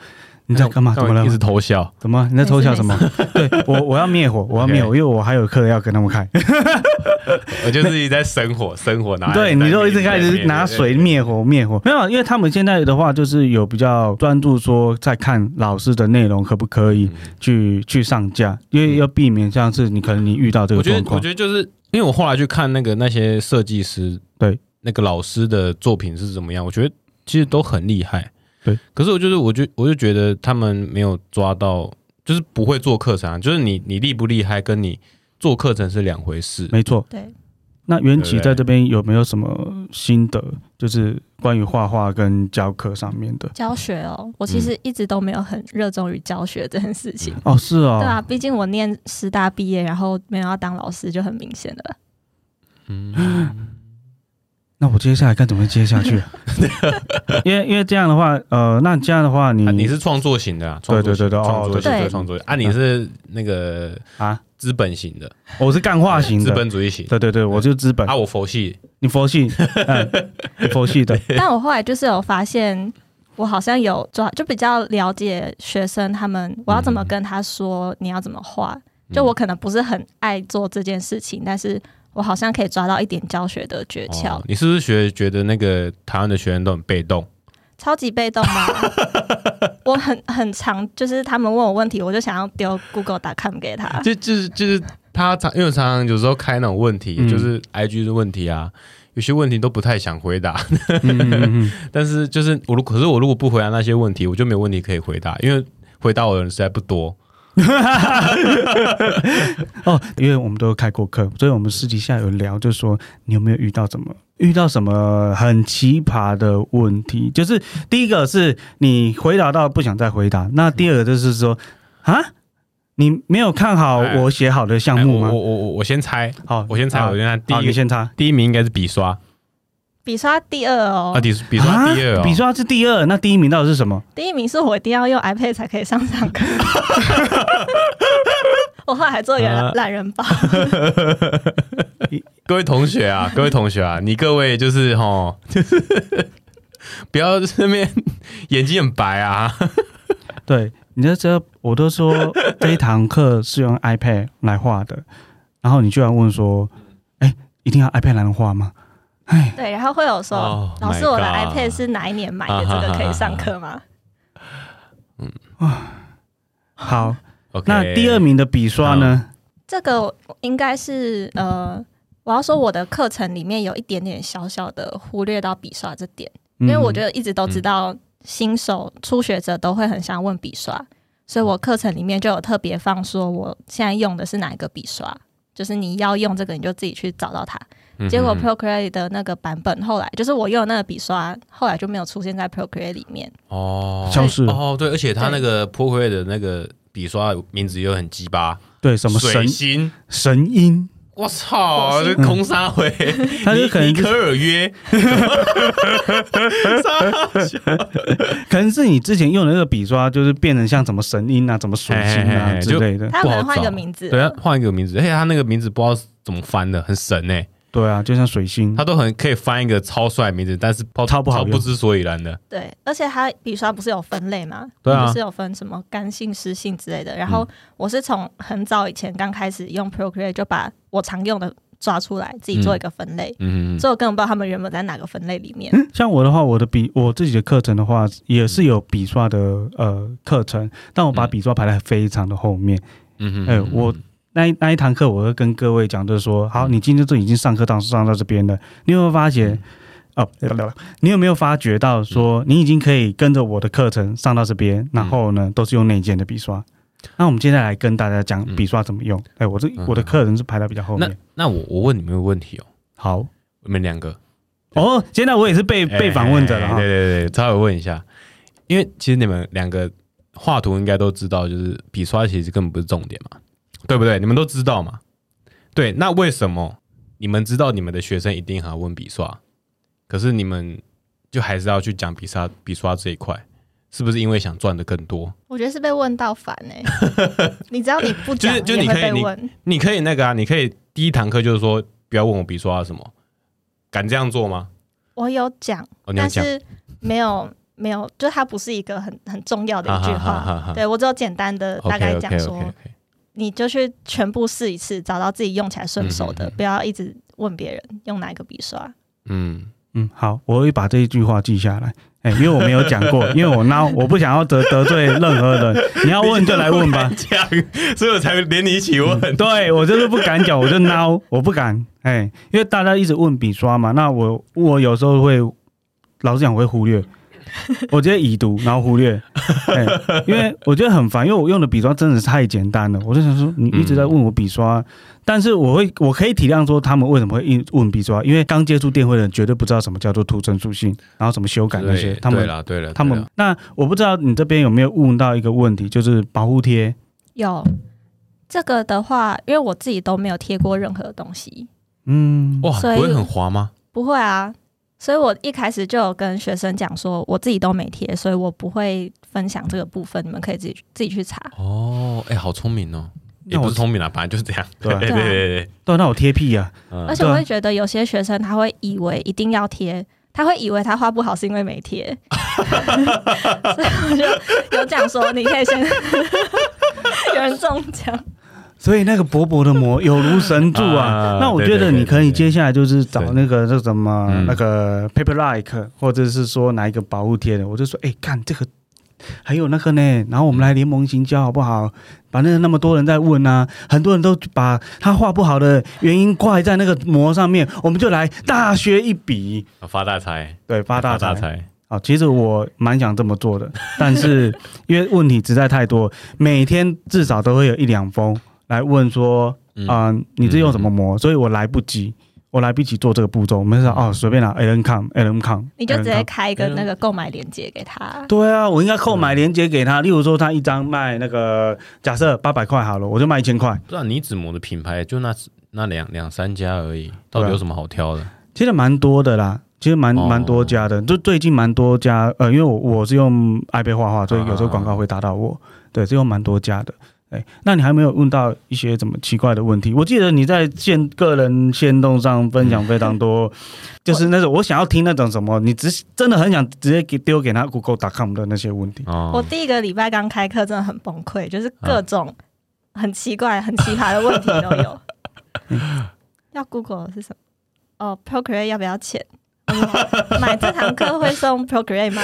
Speaker 2: 你在干嘛？怎么了
Speaker 4: 一？直偷笑，
Speaker 2: 怎么？你在偷笑
Speaker 4: 哎
Speaker 2: 什么？对我，我要灭火，我要灭火，因为我还有课要跟他们开。
Speaker 4: 我就是一直在生火，生火拿。
Speaker 2: 对，你就一直开始拿水灭火灭火，没有，啊因为他们现在的话就是有比较专注说在看老师的内容可不可
Speaker 4: 嗯
Speaker 2: 以去、去上架，因为要避免像是你可能你遇到这个
Speaker 4: 我觉
Speaker 2: 状
Speaker 4: 得，我
Speaker 2: 况
Speaker 4: 觉，得就是因为我后来去看那个那些设计师，
Speaker 2: 对
Speaker 4: 那个老师的作品是怎么样，我觉得其实都很厉害。
Speaker 2: 对，
Speaker 4: 可是我就是，我就我就觉得他们没有抓到，就是不会做课程、啊，就是你你厉不厉害，跟你做课程是两回事。
Speaker 2: 没错。
Speaker 3: 对，
Speaker 2: 那袁
Speaker 4: 对
Speaker 2: 琪
Speaker 4: 不对
Speaker 2: 在这边有没有什么心得，就是关于画画跟教课上面的？
Speaker 3: 教学哦，我其
Speaker 4: 嗯
Speaker 3: 实一直都没有很热衷于教学这件事情。
Speaker 2: 哦，是哦，
Speaker 3: 对啊，毕竟我念师大毕业，然后没有要当老师，就很明显的了。
Speaker 4: 嗯
Speaker 2: 那我接下来该怎么接 下去？因为因为这样的话，呃，那这样的话你、
Speaker 4: 啊，你是创作型的、啊，创作型
Speaker 2: 对对对对
Speaker 4: 创
Speaker 2: 哦
Speaker 4: 作型
Speaker 3: 对
Speaker 4: 的
Speaker 3: 对
Speaker 4: 创作型啊，你是那个
Speaker 2: 啊，
Speaker 4: 资本型的，
Speaker 2: 我是干化型
Speaker 4: 资
Speaker 2: 的，
Speaker 4: 本主义型
Speaker 2: 对对对，我就资本。
Speaker 4: 啊，我佛系，
Speaker 2: 你佛系， 嗯，你佛系的，
Speaker 3: 但我后来就是有发现，我好像有抓，就比较了解学生他们，我要怎么跟他
Speaker 4: 嗯
Speaker 3: 说，你要怎么画。就我可能不是很爱做这件事情，但是我好像可以抓到一点教学的诀窍
Speaker 4: 哦，你是不是学觉得那个台湾的学员都很被动？
Speaker 3: 超级被动 吗？我很很常就是他们问我问题，我就想要丢 Google.com 给他。
Speaker 4: 就就是就是他常因为常常有时候开那种问题，
Speaker 2: 嗯
Speaker 4: 就是 IG 的问题啊，有些问题都不太想回答。
Speaker 2: 嗯嗯嗯嗯
Speaker 4: 但是就是我如可是我如果不回答那些问题，我就没有问题可以回答，因为回答我的人实在不多。
Speaker 2: 哦，因为我们都有开过课，所以我们私底下有聊，就说你有没有遇到什么遇到什么很奇葩的问题？就是第一个是你回答到不想再回答，那第二个就是 说啊，你没有看好
Speaker 4: 哎
Speaker 2: 我写好的项
Speaker 4: 哎
Speaker 2: 目
Speaker 4: 我
Speaker 2: 吗
Speaker 4: 我？我我我先猜，
Speaker 2: 好，
Speaker 4: 我先猜，
Speaker 2: 好
Speaker 4: 我先猜，第
Speaker 2: 好，
Speaker 4: 一
Speaker 2: 你
Speaker 4: 个
Speaker 2: 先猜
Speaker 4: 第一名应该是笔刷
Speaker 3: 笔刷第二哦，
Speaker 4: 啊，笔笔刷第二
Speaker 2: 啊
Speaker 4: 哦，
Speaker 2: 笔刷是第二，那第一名到底是什么？
Speaker 3: 第一名是我一定要用 iPad 才可以上 上课。我后来还做一
Speaker 4: 啊
Speaker 3: 个懒人包，
Speaker 4: 各位同学啊，各位同学啊，你各位就是 吼， 就是不要这边眼睛很白啊，
Speaker 2: 对，你这这我 都说这一堂课是用 iPad 来画的，然后你居然问说，哎、一定要 iPad 来画吗？哎，
Speaker 3: 对，然后会有说、
Speaker 4: Oh
Speaker 3: 老师，
Speaker 4: my
Speaker 3: 我的
Speaker 4: God 啊
Speaker 3: iPad 是哪一年买的？这个可以上课吗？
Speaker 2: 好，
Speaker 4: OK，
Speaker 2: 那第二名的笔刷呢？
Speaker 3: 这个应该是呃，我要说我的课程里面有一点点小小的忽略到笔刷这点，
Speaker 4: 嗯
Speaker 3: 因为我觉
Speaker 2: 得
Speaker 3: 得一直都知道新手初学者都会很想问笔刷，所以我课程里面就有特别放说我现在用的是哪一个笔刷，就是你要用这个你就自己去找到它。
Speaker 4: 嗯
Speaker 3: 结果
Speaker 4: 嗯
Speaker 3: Procreate 的那个版本后来就是我用的那个笔刷，后来就没有出现在 Procreate 里面。
Speaker 4: 哦
Speaker 2: 消失了，
Speaker 4: 哦，对，而且他那个破溃的那个笔刷名字又很鸡巴，
Speaker 2: 对，什么
Speaker 4: 水
Speaker 2: 神
Speaker 4: 星？
Speaker 2: 神音，
Speaker 4: 我操，
Speaker 3: 火
Speaker 4: 这
Speaker 3: 星
Speaker 4: 空沙回，
Speaker 2: 他就
Speaker 4: 尼
Speaker 2: 可能
Speaker 4: 尼
Speaker 2: 就
Speaker 4: 科
Speaker 2: 是
Speaker 4: 尔约，
Speaker 2: 可能是你之前用的那个笔刷，就是变成像什么神音啊、怎么水星
Speaker 4: 嘿嘿
Speaker 2: 啊
Speaker 4: 嘿
Speaker 2: 之类的。
Speaker 3: 他们换
Speaker 4: 不好
Speaker 3: 一
Speaker 4: 找
Speaker 3: 个名字，
Speaker 4: 对啊，换一个名字，而且他那个名字不知道怎么翻的，很神哎，
Speaker 2: 对啊，就像水星
Speaker 4: 他，都很可以翻一个超帅的名字，但是超
Speaker 2: 超不好用
Speaker 4: 不知所以然的，
Speaker 3: 对，而且它笔刷不是有分类吗？
Speaker 4: 对啊嗯
Speaker 3: 不是有分什么干性、湿性之类的。然后我是从很早以前刚开始用 Procreate 就把我常用的抓出来，自己做一个分类，
Speaker 4: 嗯，
Speaker 3: 所以我根本不知道他们原本在哪个分类里面。
Speaker 2: 嗯，像我的话，我的笔我自己的课程的话，也是有笔刷的呃课程，但我把
Speaker 4: 嗯
Speaker 2: 笔刷排在非常的后面。
Speaker 4: 嗯
Speaker 2: 哎我那一那一堂课，我会跟各位讲，就是说，好，
Speaker 4: 嗯
Speaker 2: 你今天都已经上课到上到这边了，你有没有发觉？哦，你有没有发觉到
Speaker 4: 嗯
Speaker 2: 说，你已经可以跟着我的课程上到这边，然后呢，都是用内建的笔刷。那我们接下来跟大家讲笔刷怎么用。哎，我这
Speaker 4: 嗯
Speaker 2: 我的课程是排到比较后
Speaker 4: 那
Speaker 2: 面。
Speaker 4: 那我我问你们一个问题哦，
Speaker 2: 好，
Speaker 4: 你们两个
Speaker 2: 哦，现在我也 是被被访问者了
Speaker 4: 哎
Speaker 2: 哈
Speaker 4: 对。对对，稍微问一下，因为其实你们两个画图应该都知道，就是笔刷其实根本不是重点嘛，对不对？你们都知道嘛？对，那为什么你们知道你们的学生一定还要问笔刷，可是你们就还是要去讲笔刷笔刷这一块？是不是因为想赚的更多？
Speaker 3: 我觉得是被问到烦 哎、你知道你不讲，
Speaker 4: 就是就是
Speaker 3: 也
Speaker 4: 你
Speaker 3: 会
Speaker 4: 可以
Speaker 3: 被
Speaker 4: 你
Speaker 3: 问。
Speaker 4: 你可以那个啊，你可以第一堂课就是说不要问我笔刷什么，敢这样做吗？
Speaker 3: 我有讲，
Speaker 4: 哦，你要
Speaker 3: 但
Speaker 4: 讲，
Speaker 3: 是没有没有，就它不是一个很很重要的一句话。
Speaker 4: 啊哈哈哈哈
Speaker 3: 对我只有简单的大概讲说
Speaker 4: o k o k o k
Speaker 3: 你就去全部试一次，找到自己用起来顺手
Speaker 4: 嗯
Speaker 3: 的，
Speaker 4: 嗯嗯
Speaker 3: 不要一直问别人用哪一个笔刷。
Speaker 4: 嗯，
Speaker 2: 嗯，好，我会把这一句话记下来。哎、因为我没有讲过，因为我那我不想要得得罪任何人。你要问就来问 吧。
Speaker 4: 这样，所以我才连你一起问。
Speaker 2: 对我就是不敢讲，我就 孬，我不敢。哎、因为大家一直问笔刷嘛，那我我有时候会，老实讲我会忽略，我直接已读然后忽略，哎、因为我觉得很烦，因为我用的笔刷真的是太简单了，我就想说你一直在问我笔刷，但是我会我可以体谅说他们为什么会一问笔刷，因为刚接触电绘的人绝对不知道什么叫做图层属性，然后什么修改那些，他们
Speaker 4: 了，对了，
Speaker 2: 他们那我不知道你这边有没有问到一个问题，就是保护贴，
Speaker 3: 有这个的话，因为我自己都没有贴过任何东西，
Speaker 2: 嗯，
Speaker 4: 哇，
Speaker 3: 所以
Speaker 4: 不会很滑吗？
Speaker 3: 不会啊，所以我一开始就有跟学生讲说，我自己都没贴，所以我不会分享这个部分，你们可以自己自己去查。
Speaker 4: 哦，哎，好聪明哦，也
Speaker 2: 那
Speaker 4: 不
Speaker 2: 我
Speaker 4: 是聪明啦，本来就是这样。
Speaker 2: 对 啊
Speaker 4: 对对对，
Speaker 2: 对，那我贴屁啊呀、
Speaker 4: 嗯
Speaker 3: 而且我会觉得有些学生他会以为一定要贴，他会以为他画不好是因为没贴， 所以我就有讲说，你可以先 有人中奖。
Speaker 2: 所以那个薄薄的膜有如神助
Speaker 4: 啊
Speaker 2: 啊。那我觉
Speaker 4: 对对
Speaker 2: 得
Speaker 4: 对
Speaker 2: 你可以接下来就是找
Speaker 4: 对
Speaker 2: 那个那什么
Speaker 4: 嗯
Speaker 2: 那个 paper like，或者是说哪一个保护贴的，我就说，哎、看这个还有那个呢，然后我们来联盟行销好不好？反正那么多人在问啊，很多人都把他画不好的原因怪在那个膜上面，我们就来大学一笔，
Speaker 4: 啊发大财，
Speaker 2: 对，发大
Speaker 4: 发
Speaker 2: 财
Speaker 4: 大。财，
Speaker 2: 啊，其实我蛮想这么做的，但是因为问题实在太多，每天至少都会有一两封来问说，
Speaker 4: 嗯
Speaker 2: 啊、你这用什么膜？所以我来不及，我来不及做这个步骤。我们是哦，随便拿 Alan Com，Alan Com，
Speaker 3: 你就直接
Speaker 2: Alan Com
Speaker 3: 开一个那个购买链接给他。
Speaker 2: 嗯对啊，我应该扣买链接给他。例如说，他一张卖那个，假设八百块好了，我就卖一千块。
Speaker 4: 不然你纸膜的品牌就那那两两三家而已，到
Speaker 2: 对
Speaker 4: 底
Speaker 2: 啊
Speaker 4: 有什么好挑的？
Speaker 2: 其实蛮多的啦，其实蛮
Speaker 4: 哦
Speaker 2: 蛮多家的，就最近蛮多家，呃，因为我我是用 iPad 画画，所以有时候广告会打到我，对，是用蛮多家的。哎，那你还没有问到一些怎么奇怪的问题？我记得你在线个人线动上分享非常多，就是那种我想要听那种什么，你只真的很想直接给丢给他 Google.com 的那些问题。
Speaker 3: 我
Speaker 4: 哦，
Speaker 3: 第一个礼拜刚开课，真的很崩溃，就是各种很奇怪、很奇葩的问题都有。 要 Google 的是什么？哦，Procreate 要不要钱？哦买这堂课会送 Procreate 吗？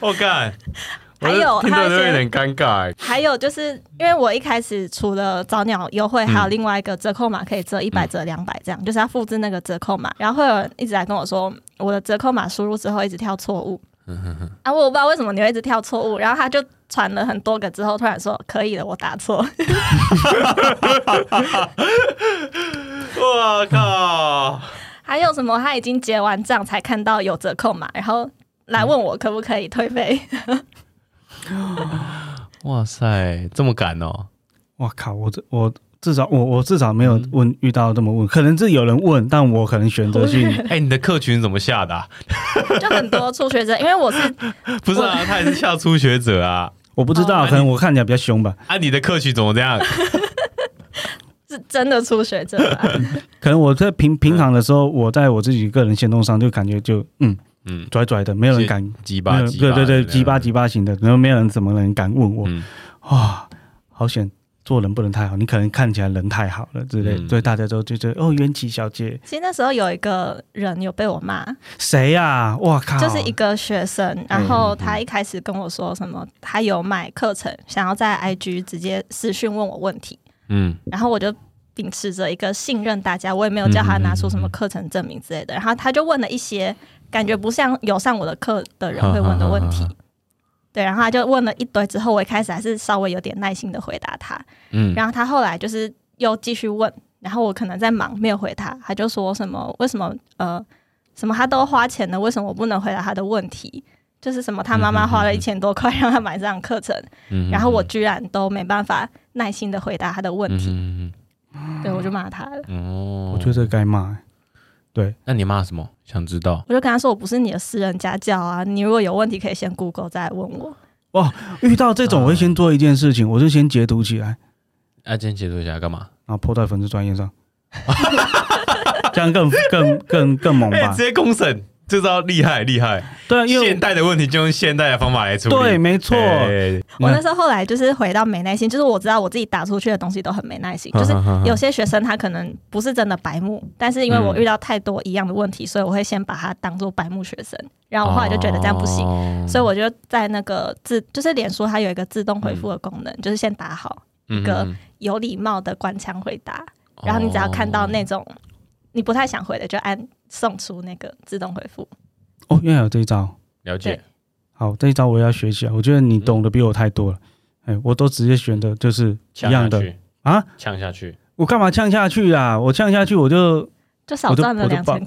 Speaker 4: 我干，
Speaker 3: 还有
Speaker 4: 我听
Speaker 3: 还有
Speaker 4: 得
Speaker 3: 一些
Speaker 4: 有点尴尬欸。
Speaker 3: 还有就是因为我一开始除了早鸟优惠，还有另外一个折扣码可以折一百折两百这样，就是要复制那个折扣码，然后会有人一直来跟我说我的折扣码输入之后一直跳错误，啊，我不知道为什么你会一直跳错误，然后他就传了很多个之后，突然说可以了，我打错，
Speaker 4: 我靠，
Speaker 3: 还有什么他已经结完账才看到有折扣码，然后来问我可不可以退费，
Speaker 4: 哇塞，这么赶 哦！
Speaker 2: 我靠，我这我至少我我至少没有问遇到这么问，可能是有人问，但我可能选择性
Speaker 4: 哎，你的客群怎么下的啊？
Speaker 3: 就很多初学者，因为我是
Speaker 4: 不是啊，他也是下初学者啊。
Speaker 2: 我不知道，可能我看起来比较凶吧，
Speaker 4: 啊，你的客群怎么这样？
Speaker 3: 是真的初学者啊、
Speaker 2: 可能我在
Speaker 4: 嗯
Speaker 2: 平平常的时候，我在我自己个人行动上就感觉就嗯
Speaker 4: 嗯，
Speaker 2: 拽拽的，没有人敢，
Speaker 4: 鸡
Speaker 2: 没有
Speaker 4: 巴，
Speaker 2: 人
Speaker 4: 鸡巴
Speaker 2: 对对对，鸡巴
Speaker 4: 鸡
Speaker 2: 鸡巴型的，然后没有人怎么人敢问我
Speaker 4: 嗯
Speaker 2: 啊，好险。做人不能太好，你可能看起来人太好了之类，
Speaker 4: 嗯
Speaker 2: 所以大家都就觉得哦，袁琪小姐
Speaker 3: 其实那时候有一个人有被我骂，
Speaker 2: 谁呀、哇靠！
Speaker 4: 啊
Speaker 3: 就是一个学生，然后他一开始跟我说什么，他有买课程，想要在 IG 直接私讯问我问题，
Speaker 4: 嗯，
Speaker 3: 然后我就秉持着一个信任大家，我也没有叫他拿出什么课程证明之类的，然后他就问了一些感觉不像有上我的课的人会问的问题
Speaker 4: 哈哈哈。
Speaker 3: 对，然后他就问了一堆之后，我一开始还是稍微有点耐心的回答他，
Speaker 4: 嗯
Speaker 3: 然后他后来就是又继续问，然后我可能在忙没有回他，他就说什么为什么呃什么他都花钱了，为什么我不能回答他的问题？就是什么他妈妈花了一千多块让他买这堂课程，
Speaker 4: 嗯
Speaker 3: 然后我居然都没办法耐心的回答他的问题，
Speaker 4: 嗯
Speaker 3: 对我就骂他了。
Speaker 4: 嗯哦
Speaker 2: 我觉得这该骂、
Speaker 4: 那你骂什么？想知道？
Speaker 3: 我就跟他说，我不是你的私人家教啊，你如果有问题可以先 Google 再来问我。
Speaker 2: 遇到这
Speaker 4: 嗯
Speaker 2: 种，我会先做一件事情，我就先截图起来，
Speaker 4: 啊，今天解读一下干嘛？
Speaker 2: 然后泼在粉丝专页 上，这样更更更 更猛吧？
Speaker 4: 接公审，这招厉害厉害！
Speaker 2: 对啊，因为
Speaker 4: 代的问题就用现代的方法来处
Speaker 2: 对，没错，
Speaker 4: 哎
Speaker 3: 我那时候后来就是回到没耐心，就是我知道我自己打出去的东西都很没耐心，就是
Speaker 2: 嗯
Speaker 3: 有些学生他可能不是真的白目，但是因为我遇到太多一样的问题，所以我会先把他当做白目学生，然后我后来就觉得这样不行，
Speaker 4: 哦
Speaker 3: 所以我就在那个自就是脸书它有一个自动回复的功能，就是先打好一个
Speaker 4: 嗯嗯
Speaker 3: 有礼貌的官腔回答，
Speaker 2: 哦
Speaker 3: 然后你只要看到那种你不太想回的，就按送出那个自动回复。
Speaker 2: 哦，原来有这一招。
Speaker 4: 了解
Speaker 3: 对，
Speaker 2: 好，这一招我也要学起来。我觉得你
Speaker 4: 嗯
Speaker 2: 懂得比我太多了。哎、我都直接选的就是一
Speaker 4: 呛
Speaker 2: 样
Speaker 4: 下
Speaker 2: 的
Speaker 4: 去
Speaker 2: 啊！
Speaker 4: 呛下去，
Speaker 2: 我干嘛呛下去啊？我呛下去我就
Speaker 3: 就少赚了
Speaker 2: 我就
Speaker 3: 两
Speaker 2: 我就报
Speaker 3: 千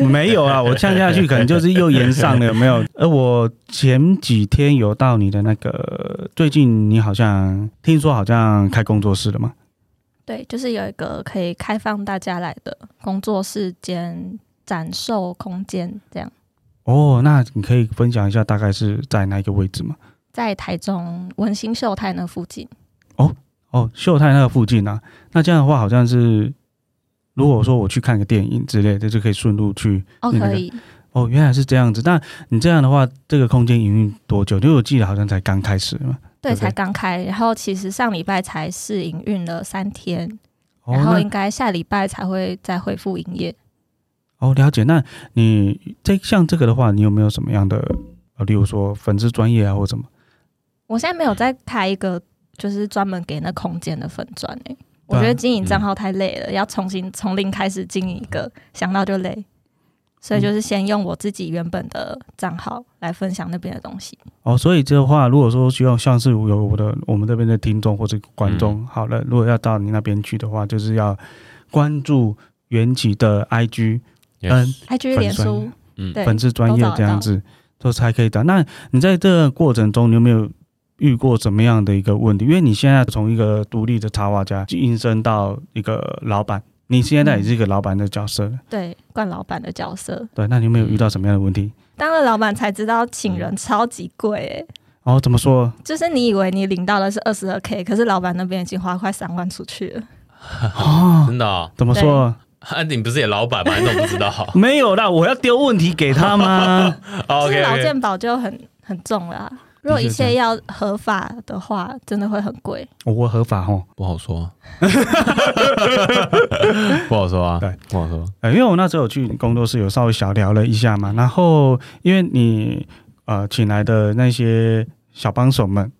Speaker 3: 块，
Speaker 2: 没有啊！我呛下去可能就是又延上了，有没有？ 而我前几天有到你的那个，最近你好像听说好像开工作室了嘛？
Speaker 3: 对，就是有一个可以开放大家来的工作室兼展售空间，这样
Speaker 2: 哦，那你可以分享一下大概是在哪一个位置吗？
Speaker 3: 在台中文心秀泰那附近。
Speaker 2: 哦，秀泰那个附近啊。那这样的话，好像是如果说我去看个电影之类的，就可以顺路去。
Speaker 3: 哦，
Speaker 2: 那个
Speaker 3: 可以，
Speaker 2: 哦，原来是这样子。那你这样的话，这个空间营运多久？因为我记得好像才刚开始嘛。
Speaker 3: 对，
Speaker 2: OK
Speaker 3: 才刚开，然后其实上礼拜才试营运了三天，
Speaker 2: 哦，
Speaker 3: 然后
Speaker 2: 那
Speaker 3: 应该下礼拜才会再恢复营业。
Speaker 2: 哦，了解。那你这像这个的话，你有没有什么样的，呃，例如说粉丝专业啊，或什么？
Speaker 3: 我现在没有再开一个就是专门给那空间的粉砖诶、我
Speaker 2: 对啊
Speaker 3: 觉得经营账号太累
Speaker 2: 啊嗯
Speaker 3: 了，要重新从零开始经营一个，想到就累。所以就是先用我自己原本的账号来分享那边的东西。
Speaker 2: 哦，所以这的话，如果说需要像是有我的我们这边的听众或者观众，好了，如果要到你那边去的话，就是要关注缘起的 IG 嗯
Speaker 4: Yes，
Speaker 3: IG
Speaker 2: 粉
Speaker 3: 脸书
Speaker 2: 砖，
Speaker 4: 嗯
Speaker 3: 对，
Speaker 2: 粉丝专业
Speaker 3: 都找得
Speaker 2: 这样子，都才可以打。那你在这个过程中，你有没有遇过怎么样的一个问题？因为你现在从一个独立的插画家晋升到一个老板，你现在也是一个老板的角色了，
Speaker 3: 对，惯老板的角色。
Speaker 2: 对，那你有没有遇到什么样的问题？
Speaker 3: 当了老板才知道请人超级贵、欸，
Speaker 2: 哦，怎么说？
Speaker 3: 就是你以为你领到的是二十二 k，可是老板那边已经花快三万出去了。
Speaker 2: 哦，
Speaker 5: 真的哦、
Speaker 2: 怎么说？
Speaker 5: 啊，你不是也老板吗？你怎么不知道
Speaker 2: 没有啦，我要丢问题给他 吗？
Speaker 5: 哦
Speaker 3: 就是
Speaker 5: ？OK，
Speaker 3: 劳
Speaker 5: OK，
Speaker 3: 健保就很很重了啊、如果一切要合法的话，真的会很贵。
Speaker 2: 我合法哦，
Speaker 4: 不好说、啊， 不好说啊，
Speaker 2: 对，
Speaker 4: 不好说。
Speaker 2: 呃，因为我那时候有去工作室有稍微小聊了一下嘛，然后因为你呃请来的那些小帮手们，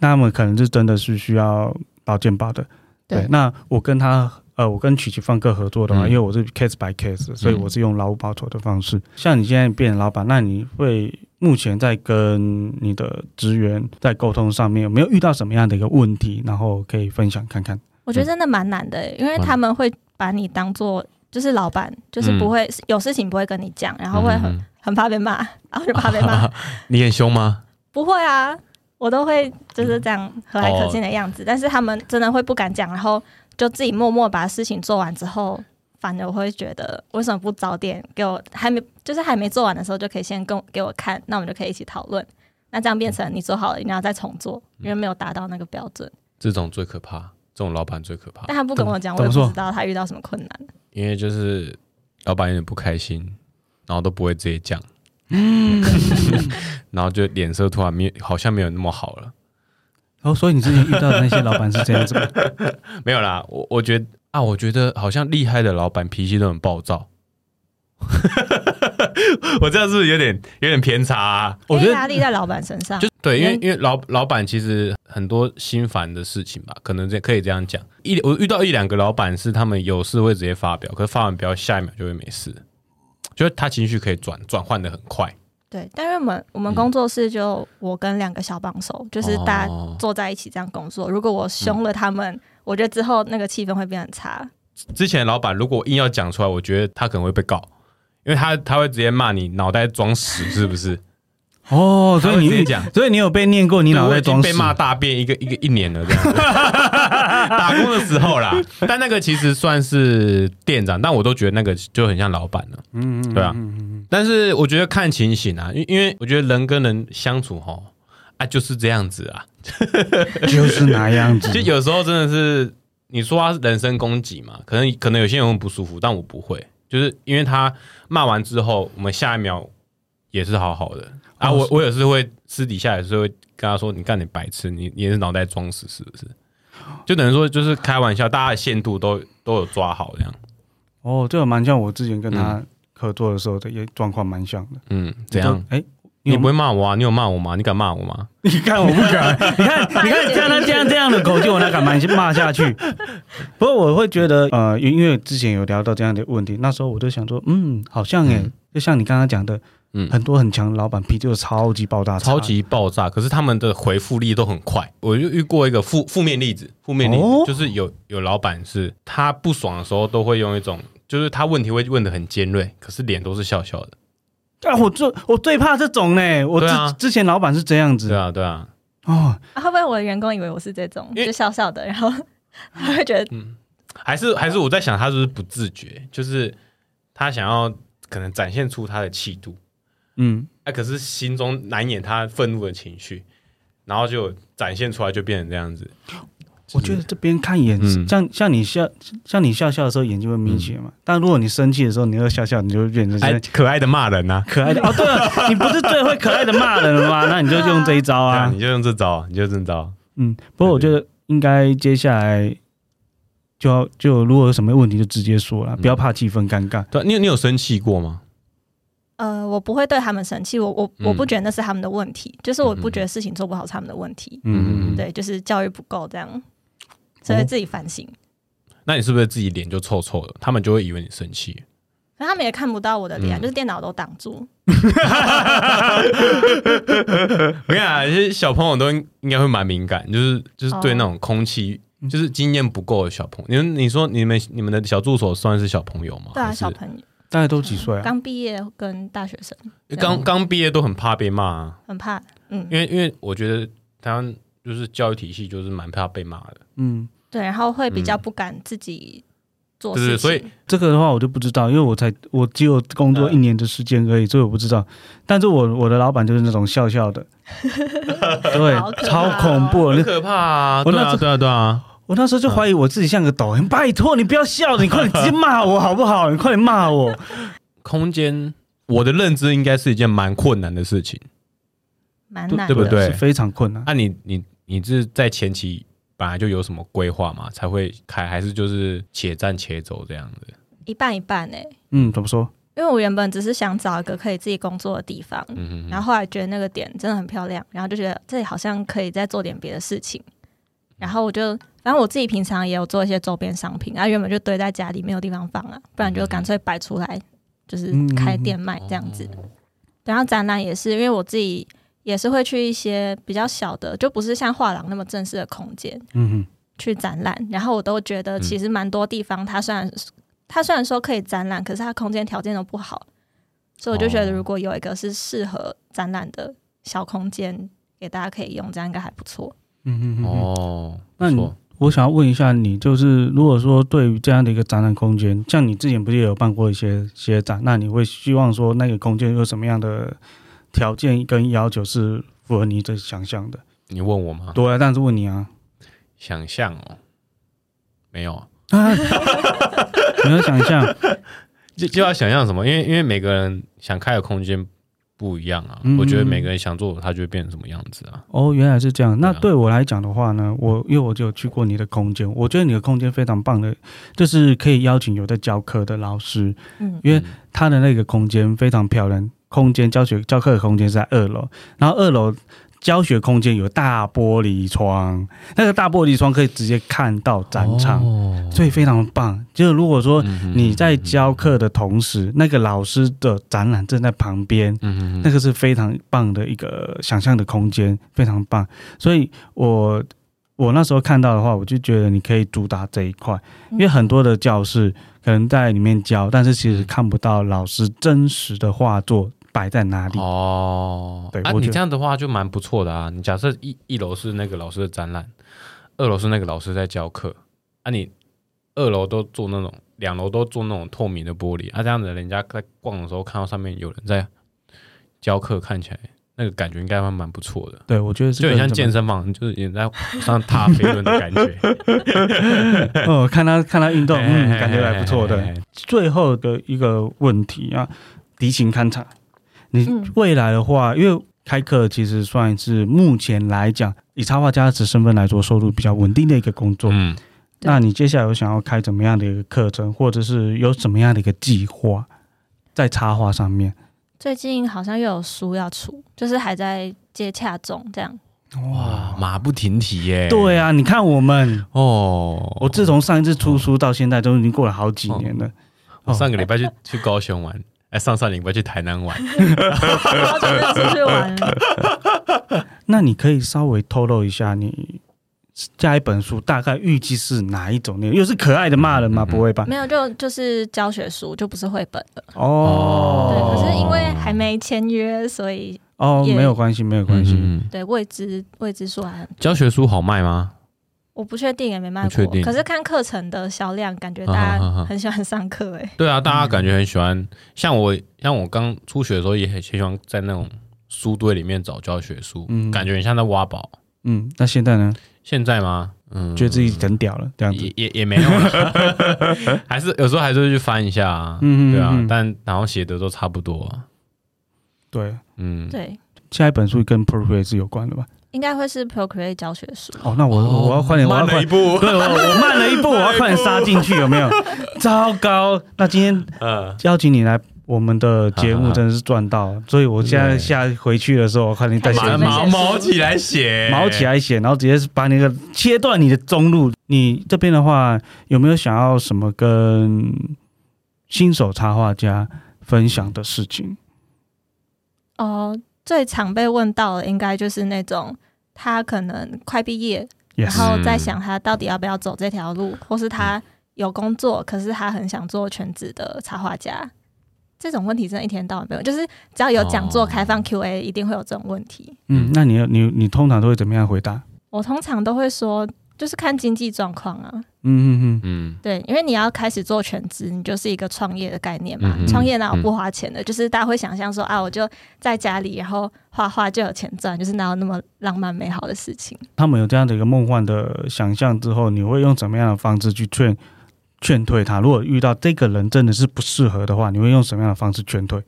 Speaker 2: 那么可能是真的是需要保健保的。
Speaker 3: 对
Speaker 2: 那我跟他呃，我跟曲奇放客合作的话，
Speaker 4: 嗯
Speaker 2: 因为我是 case by case，所以我是用劳务报酬的方式。像你现在变成老板，那你会目前在跟你的职员在沟通上面有没有遇到什么样的一个问题，然后可以分享看看？
Speaker 3: 我觉得真的蛮难的、欸因为他们会把你当做就是老板，就是不会、有事情不会跟你讲，然后会很、
Speaker 4: 嗯
Speaker 3: 很怕被骂，然后就怕被骂。
Speaker 4: 你很凶吗？
Speaker 3: 不会啊，我都会就是这样和蔼可亲的样
Speaker 4: 哦
Speaker 3: 子，但是他们真的会不敢讲，然后就自己默默把事情做完之后。反而我会觉得，为什么不早点给我还没就是还没做完的时候，就可以先跟我给我看，那我们就可以一起讨论。那这样变成你做好了，你要再重做，
Speaker 4: 嗯
Speaker 3: 因为没有达到那个标准。
Speaker 4: 这种最可怕，这种老板最可怕，
Speaker 3: 但他不跟我讲，
Speaker 2: 怎么
Speaker 3: 我也
Speaker 2: 怎么说
Speaker 3: 不知道他遇到什么困难。
Speaker 4: 因为就是老板有点不开心，然后都不会直接讲， 然后就脸色突然没有，好像没有那么好了。
Speaker 2: 哦，所以你之前遇到的那些老板是这样子吗？
Speaker 4: 没有啦，我我觉得啊，我觉得好像厉害的老板脾气都很暴躁。 我这样是不是有点有点偏差、啊？我觉
Speaker 3: 因为
Speaker 4: 得
Speaker 3: 压力在老板身上，
Speaker 4: 就对，因为
Speaker 3: 嗯
Speaker 4: 因为老老板其实很多心烦的事情吧，可能这可以这样讲。一我遇到一两个老板是他们有事会直接发表，可是发完表下一秒就会没事，就是他情绪可以转转换的很快。
Speaker 3: 对。但是我们我
Speaker 4: 嗯
Speaker 3: 们工作室就我跟两个小帮手，就是大家
Speaker 4: 哦
Speaker 3: 坐在一起这样工作。如果
Speaker 4: 嗯
Speaker 3: 我凶了他们，我觉得之后那个气氛会变很差。
Speaker 4: 之前的老板如果硬要讲出来，我觉得他可能会被告，因为他他会直接骂你脑袋装屎是不是？
Speaker 2: 哦，所以你
Speaker 4: 他会直接
Speaker 2: 遇
Speaker 4: 讲
Speaker 2: 所以你有被念过，你
Speaker 4: 对
Speaker 2: 脑
Speaker 4: 我
Speaker 2: 袋
Speaker 4: 已经
Speaker 2: 装
Speaker 4: 被
Speaker 2: 屎。
Speaker 4: 骂大便一个一个一年了这 样子，打工的时候啦。但那个其实算是店长，但我都觉得那个就很像老板了。嗯对啊。但是我觉得看情形啊，因因为我觉得人跟人相处吼啊就是这样子啊，
Speaker 2: 就是那样 子。
Speaker 4: 就有时候真的是你说他是人身攻击嘛，可能可能有些人会不舒服，但我不会，就是因为他骂完之后，我们下一秒也是好好的啊。
Speaker 2: 哦
Speaker 4: 我我也是会私底下也是会跟他说，你干你白痴，你你也是脑袋装死是不是？就等于说就是开玩笑，大家的限度都都有抓好这样，
Speaker 2: 哦，这个蛮像我之前跟他合作的时候的也状况蛮像的。
Speaker 4: 嗯，怎样
Speaker 2: 就？？哎，
Speaker 4: 你不
Speaker 2: 会？
Speaker 4: 会骂我啊？你有骂我吗？你敢骂我吗？
Speaker 2: 你看我不 敢，你看你看像他这样这样的口气，我哪敢蛮骂下去？不过我会觉得，呃，因因为之前有聊到这样的问题，那时候我就想说，嗯，好像哎、就像你刚刚讲的，
Speaker 4: 嗯
Speaker 2: 很多很强的老板脾气都超级爆炸，
Speaker 4: 超级爆炸，可是他们的回复力都很快。我就遇过一个负负面例子，负面例子、
Speaker 2: 哦
Speaker 4: 就是有有老板是他不爽的时候都会用一种，就是他问题会问的很尖锐，可是脸都是笑笑的。
Speaker 2: 啊！我最我最怕这种呢、我之、
Speaker 4: 对啊
Speaker 2: 之前老板是这样子
Speaker 4: 对啊，对啊，
Speaker 2: 哦，
Speaker 3: 啊会不会我的员工以为我是这种，
Speaker 4: 因为嗯
Speaker 3: 就笑笑的，然后 他会觉得
Speaker 4: 还是还是我在想他是不是不自觉，就是他想要可能展现出他的气度，
Speaker 2: 嗯，
Speaker 4: 哎、可是心中难掩他愤怒的情绪，然后就展现出来就变成这样子。
Speaker 2: 我觉得这边看眼睛，
Speaker 4: 嗯
Speaker 2: 像像你笑像你笑笑的时候眼睛会眯起来嘛，但如果你生气的时候，你又笑笑，你就会变成
Speaker 4: 哎，可爱的骂人啊呐、
Speaker 2: 可爱的、哦。对了，你不是最会可爱的骂人了 吗？那你就用这一招
Speaker 4: 啊，
Speaker 2: 啊
Speaker 4: 你。就用这招，你就用这招。
Speaker 2: 嗯，不过我觉得应该接下来就要就如果有什么问题就直接说了，不要怕气氛尴尬。
Speaker 4: 对啊，你有你有生气过吗？
Speaker 3: 呃，我不会对他们生气，我我
Speaker 4: 嗯
Speaker 3: 我不觉得那是他们的问题，就是我不觉得事情做不好是他们的问题，
Speaker 2: 嗯，
Speaker 3: 对，就是教育不够这样，所
Speaker 4: 哦
Speaker 3: 以自己反省。
Speaker 4: 那你是不是自己脸就臭臭的？他们就会以为你生气。
Speaker 3: 可他们也看不到我的脸，
Speaker 4: 嗯
Speaker 3: 就是电脑都挡住。
Speaker 4: 我跟你 讲，其实小朋友都应应该会蛮敏感，就是就是对
Speaker 3: 哦
Speaker 4: 那种空气，就是经验不够的小朋友。你们你说你们你们的小助手算是小朋友吗？
Speaker 3: 对啊，
Speaker 4: 还是
Speaker 3: 小朋友
Speaker 2: 大概都几岁啊？
Speaker 3: 刚毕业跟大学生
Speaker 4: 刚刚毕业都很怕被骂、啊，
Speaker 3: 很怕，嗯，
Speaker 4: 因为因为我觉得台湾就是教育体系就是蛮怕被骂的。
Speaker 2: 嗯，
Speaker 3: 对，然后会比较不敢自己做
Speaker 4: 对
Speaker 3: 事
Speaker 4: 对，
Speaker 3: 情。
Speaker 4: 所以
Speaker 2: 这个的话我就不知道，因为我才我只有工作一年的时间而已，所以我不知道。但是我我的老板就是那种笑笑 的，
Speaker 3: 好
Speaker 2: 对，
Speaker 3: 可
Speaker 2: 超
Speaker 3: 怕哦
Speaker 2: 恐怖。
Speaker 4: 很
Speaker 2: 那
Speaker 4: 可怕啊！
Speaker 2: 我
Speaker 4: 对
Speaker 2: 那
Speaker 4: 啊，
Speaker 2: 次
Speaker 4: 对啊，对啊，
Speaker 2: 我那时候就怀疑我自己像个抖 M，拜托你不要笑了，你快点直接骂我好不好？你快点骂我。
Speaker 4: 空间，我的认知应该是一件蛮困难的事情。
Speaker 3: 蛮
Speaker 4: 对
Speaker 3: 难
Speaker 4: 对不
Speaker 3: 的。
Speaker 4: 对
Speaker 2: 是非常困难。
Speaker 4: 那你你你是在前期本来就有什么规划吗？才会开，还是就是且战且走这样的？
Speaker 3: 一半一半哎、
Speaker 2: 嗯，怎么说？
Speaker 3: 因为我原本只是想找一个可以自己工作的地方，
Speaker 4: 嗯
Speaker 3: 然
Speaker 4: 后
Speaker 3: 后后来觉得那个点真的很漂亮，然后就觉得这里好像可以再做点别的事情，然后我就反正我自己平常也有做一些周边商品，啊原本就堆在家里没有地方放啊，不然就干脆摆出来，就是开店卖这样子。
Speaker 4: 哦
Speaker 3: 然后展览也是，因为我自己也是会去一些比较小的，就不是像画廊那么正式的空间，
Speaker 2: 嗯
Speaker 3: 去展览，然后我都觉得
Speaker 4: 嗯
Speaker 3: 其实蛮多地方，它虽然、它虽然说可以展览，可是它空间条件都不好，所以我就觉
Speaker 4: 哦
Speaker 3: 得如果有一个是适合展览的小空间给大家可以用，这样应该还不错。
Speaker 2: 嗯嗯哦，
Speaker 4: 哦，
Speaker 2: 那
Speaker 4: 不
Speaker 2: 你
Speaker 4: 错
Speaker 2: 我想要问一下你，就是如果说对于这样的一个展览空间，像你之前不是也有办过一些一些展，那你会希望说那个空间有什么样的条件跟要求是符合你的想象的？
Speaker 4: 你问我吗？
Speaker 2: 对啊，但是问你啊，
Speaker 4: 想象哦，没有啊，
Speaker 2: 啊，你要想一下，
Speaker 4: 就就要想象什么？因为因为每个人想开的空间不一样啊。
Speaker 2: 嗯
Speaker 4: 我觉得每个人想做的，他就会变成什么样子啊？
Speaker 2: 哦，原来是这样。那
Speaker 4: 对啊嗯
Speaker 2: 对我来讲的话呢，我因为我就有去过你的空间，我觉得你的空间非常棒的，就是可以邀请有在教课的老师，
Speaker 3: 嗯，
Speaker 2: 因为他的那个空间非常漂亮，空间教学教课的空间是在二楼，然后二楼教学空间有大玻璃窗，那个大玻璃窗可以直接看到展场，
Speaker 4: 哦
Speaker 2: 所以非常棒。就是如果说
Speaker 4: 嗯哼
Speaker 2: 你在教课的同时，那个老师的展览正在旁边，
Speaker 4: 嗯
Speaker 2: 那
Speaker 4: 哼
Speaker 2: 个是非常棒的一个想象的空间，非常棒。所以我我那时候看到的话，我就觉得你可以主打这一块，因为很多的教室可能在里面教，但是其实看不到老师真实的画作摆在哪里。
Speaker 4: 哦，
Speaker 2: 对
Speaker 4: 啊，
Speaker 2: 我觉
Speaker 4: 你
Speaker 2: 得
Speaker 4: 这样的话就蛮不错的啊。你假设一一楼是那个老师的展览，二楼是那个老师在教课，啊，你二楼都做那种，两楼都做那种透明的玻璃，啊，这样子人家在逛的时候看到上面有人在教课，看起来那个感觉应该还蛮不错的。
Speaker 2: 对，我觉得是
Speaker 4: 就很像健身房，就是你在上踏飞轮的感觉，
Speaker 2: 哦，看他看他运动，嗯，
Speaker 4: 嘿
Speaker 2: 感觉还不 错。
Speaker 4: 嘿嘿
Speaker 2: 的。
Speaker 4: 嘿嘿
Speaker 2: 最后的一个问题啊，敌情勘察，你
Speaker 3: 嗯
Speaker 2: 未来的话，因为开课其实算是目前来讲，以插画家的身份来说，收入比较稳定的一个工作。
Speaker 4: 嗯，
Speaker 3: 对
Speaker 2: 那你接下来有想要开怎么样的一个课程，或者是有怎么样的一个计划在插画上面？
Speaker 3: 最近好像又有书要出，就是还在接洽中，这样
Speaker 4: 哇，马不停蹄耶。
Speaker 2: 啊对啊，你看我们，
Speaker 4: 哦，
Speaker 2: 我自从上一次出书到现在，都已经过了好几年了。哦
Speaker 4: 我上个礼拜去去高雄玩，哎，上上礼拜去台南玩，
Speaker 3: 好久没有出去玩了。
Speaker 2: 那你可以稍微透露一下你下一本书大概预计是哪一种内容？又是可爱的骂人吗？
Speaker 4: 嗯嗯嗯
Speaker 2: 不会吧？
Speaker 3: 没有，就就是教学书，就不是绘本了。对，
Speaker 2: 哦，
Speaker 3: 可是因为还没签约，所以
Speaker 2: 哦，
Speaker 3: 也
Speaker 2: 没有关系，没有关系。
Speaker 3: 对未知未知数还很
Speaker 4: 教学书好卖吗？
Speaker 3: 我不确定，欸也没卖
Speaker 4: 不确
Speaker 3: 过
Speaker 4: 定。
Speaker 3: 可是看课程的销量，感觉
Speaker 4: 啊
Speaker 3: 大
Speaker 4: 啊啊啊
Speaker 3: 家很喜欢上课哎、
Speaker 4: 对啊，大家感觉很喜欢，像我，像我刚初学的时候也很喜欢在那种书堆里面找教学书，
Speaker 2: 嗯
Speaker 4: 感觉很像在挖宝。
Speaker 2: 嗯，那现在呢？
Speaker 4: 现在吗？嗯，
Speaker 2: 觉得自己很屌了，这样子
Speaker 4: 也。也也没有啦， 还是有时候还是会去翻一下啊，
Speaker 2: 嗯嗯嗯
Speaker 4: 对啊
Speaker 2: 嗯，
Speaker 4: 但然后写的都差不多啊，
Speaker 2: 对，
Speaker 4: 嗯，
Speaker 3: 对，
Speaker 2: 下一本书跟 Procreate 是有关的吧？
Speaker 3: 应该会是 Procreate 教学书。
Speaker 2: 哦，那我、我要快点，我要
Speaker 4: 慢
Speaker 2: 快
Speaker 4: 了一步，
Speaker 2: 对我我慢了一步，我要快点杀进去，有没有？糟糕！那今天
Speaker 4: 嗯，
Speaker 2: 邀请你来我们的节目，真的是赚到了。所以我现在
Speaker 4: 啊对
Speaker 2: 下回去的时候，我快点再写
Speaker 3: 马
Speaker 4: 毛
Speaker 2: 一
Speaker 3: 上
Speaker 2: 本
Speaker 4: 毛毛起来写，
Speaker 2: 毛起，来写，然后直接是把那个切断你的中路。你这边的话，有没有想要什么跟新手插画家分享的事情？
Speaker 3: 哦、最常被问到的应该就是那种他可能快毕业，
Speaker 2: 也
Speaker 3: 然
Speaker 4: 嗯
Speaker 2: 是
Speaker 3: 后在想他到底要不要走这条路，或是他有工作，可是他很想做全职的插画家。这种问题真的一天到晚没有，就是只要有讲座
Speaker 4: 哦
Speaker 3: 开放 Q&A，一定会有这种问题。
Speaker 2: 嗯，那你你你通常都会怎么样回答？
Speaker 3: 我通常都会说，就是看经济状况啊。
Speaker 2: 嗯嗯嗯，
Speaker 4: 嗯，
Speaker 3: 对，因为你要开始做全职，你就是一个创业的概念嘛
Speaker 4: 嗯。哼
Speaker 3: 创、业哪有不花钱的？就是大家会想象说啊，我就在家里，然后画画就有钱赚，就是哪有那么浪漫美好的事情？
Speaker 2: 他们有这样的一个梦幻的想象之后，你会用怎么样的方式去劝劝退他？如果遇到这个人真的是不适合的话，你会用什么样的方式劝退？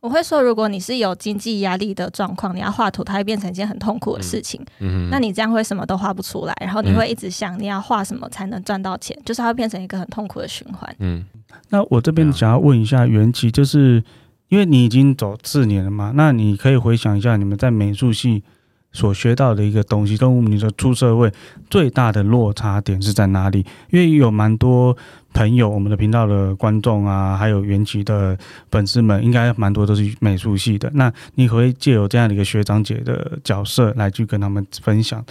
Speaker 3: 我会说，如果你是有经济压力的状况，你要画图，它会变成一件很痛苦的事情。
Speaker 4: 嗯哼嗯
Speaker 3: 那你这样会什么都画不出来，然后你会一直想你要画什么才能赚到钱，就是它会变成一个很痛苦的循环。
Speaker 4: 嗯
Speaker 2: 那我这边
Speaker 4: 对啊
Speaker 2: 想要问一下元琪，就是因为你已经走四年了嘛，那你可以回想一下你们在美术系所学到的一个东西，跟你的出社会最大的落差点是在哪里？因为有蛮多朋友，我们的频道的观众啊，还有元琪的粉丝们，应该蛮多都是美术系的。那你可不可以借由这样的一个学长姐的角色来去跟他们分享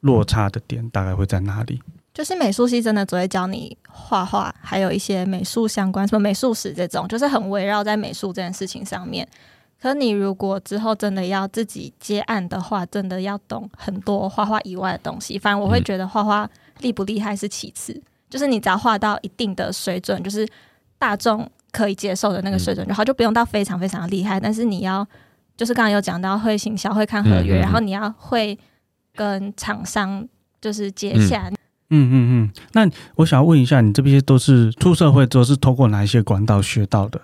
Speaker 2: 落差的点大概会在哪里？
Speaker 3: 就是美术系真的只会教你画画，还有一些美术相关，什么美术史这种，就是很围绕在美术这件事情上面。可你如果之后真的要自己接案的话，真的要懂很多画画以外的东西。反正我会觉得画画厉不厉害是其次，就是你只要画到一定的水准，就是大众可以接受的那个水准就好，就不用到非常非常厉害。但是你要就是刚刚有讲到会行销、会看合约，
Speaker 4: 嗯嗯嗯
Speaker 3: 然后你要会跟厂商就是接洽，
Speaker 2: 嗯嗯嗯，那我想问一下，你这些都是出社会之后是通过哪一些管道学到的？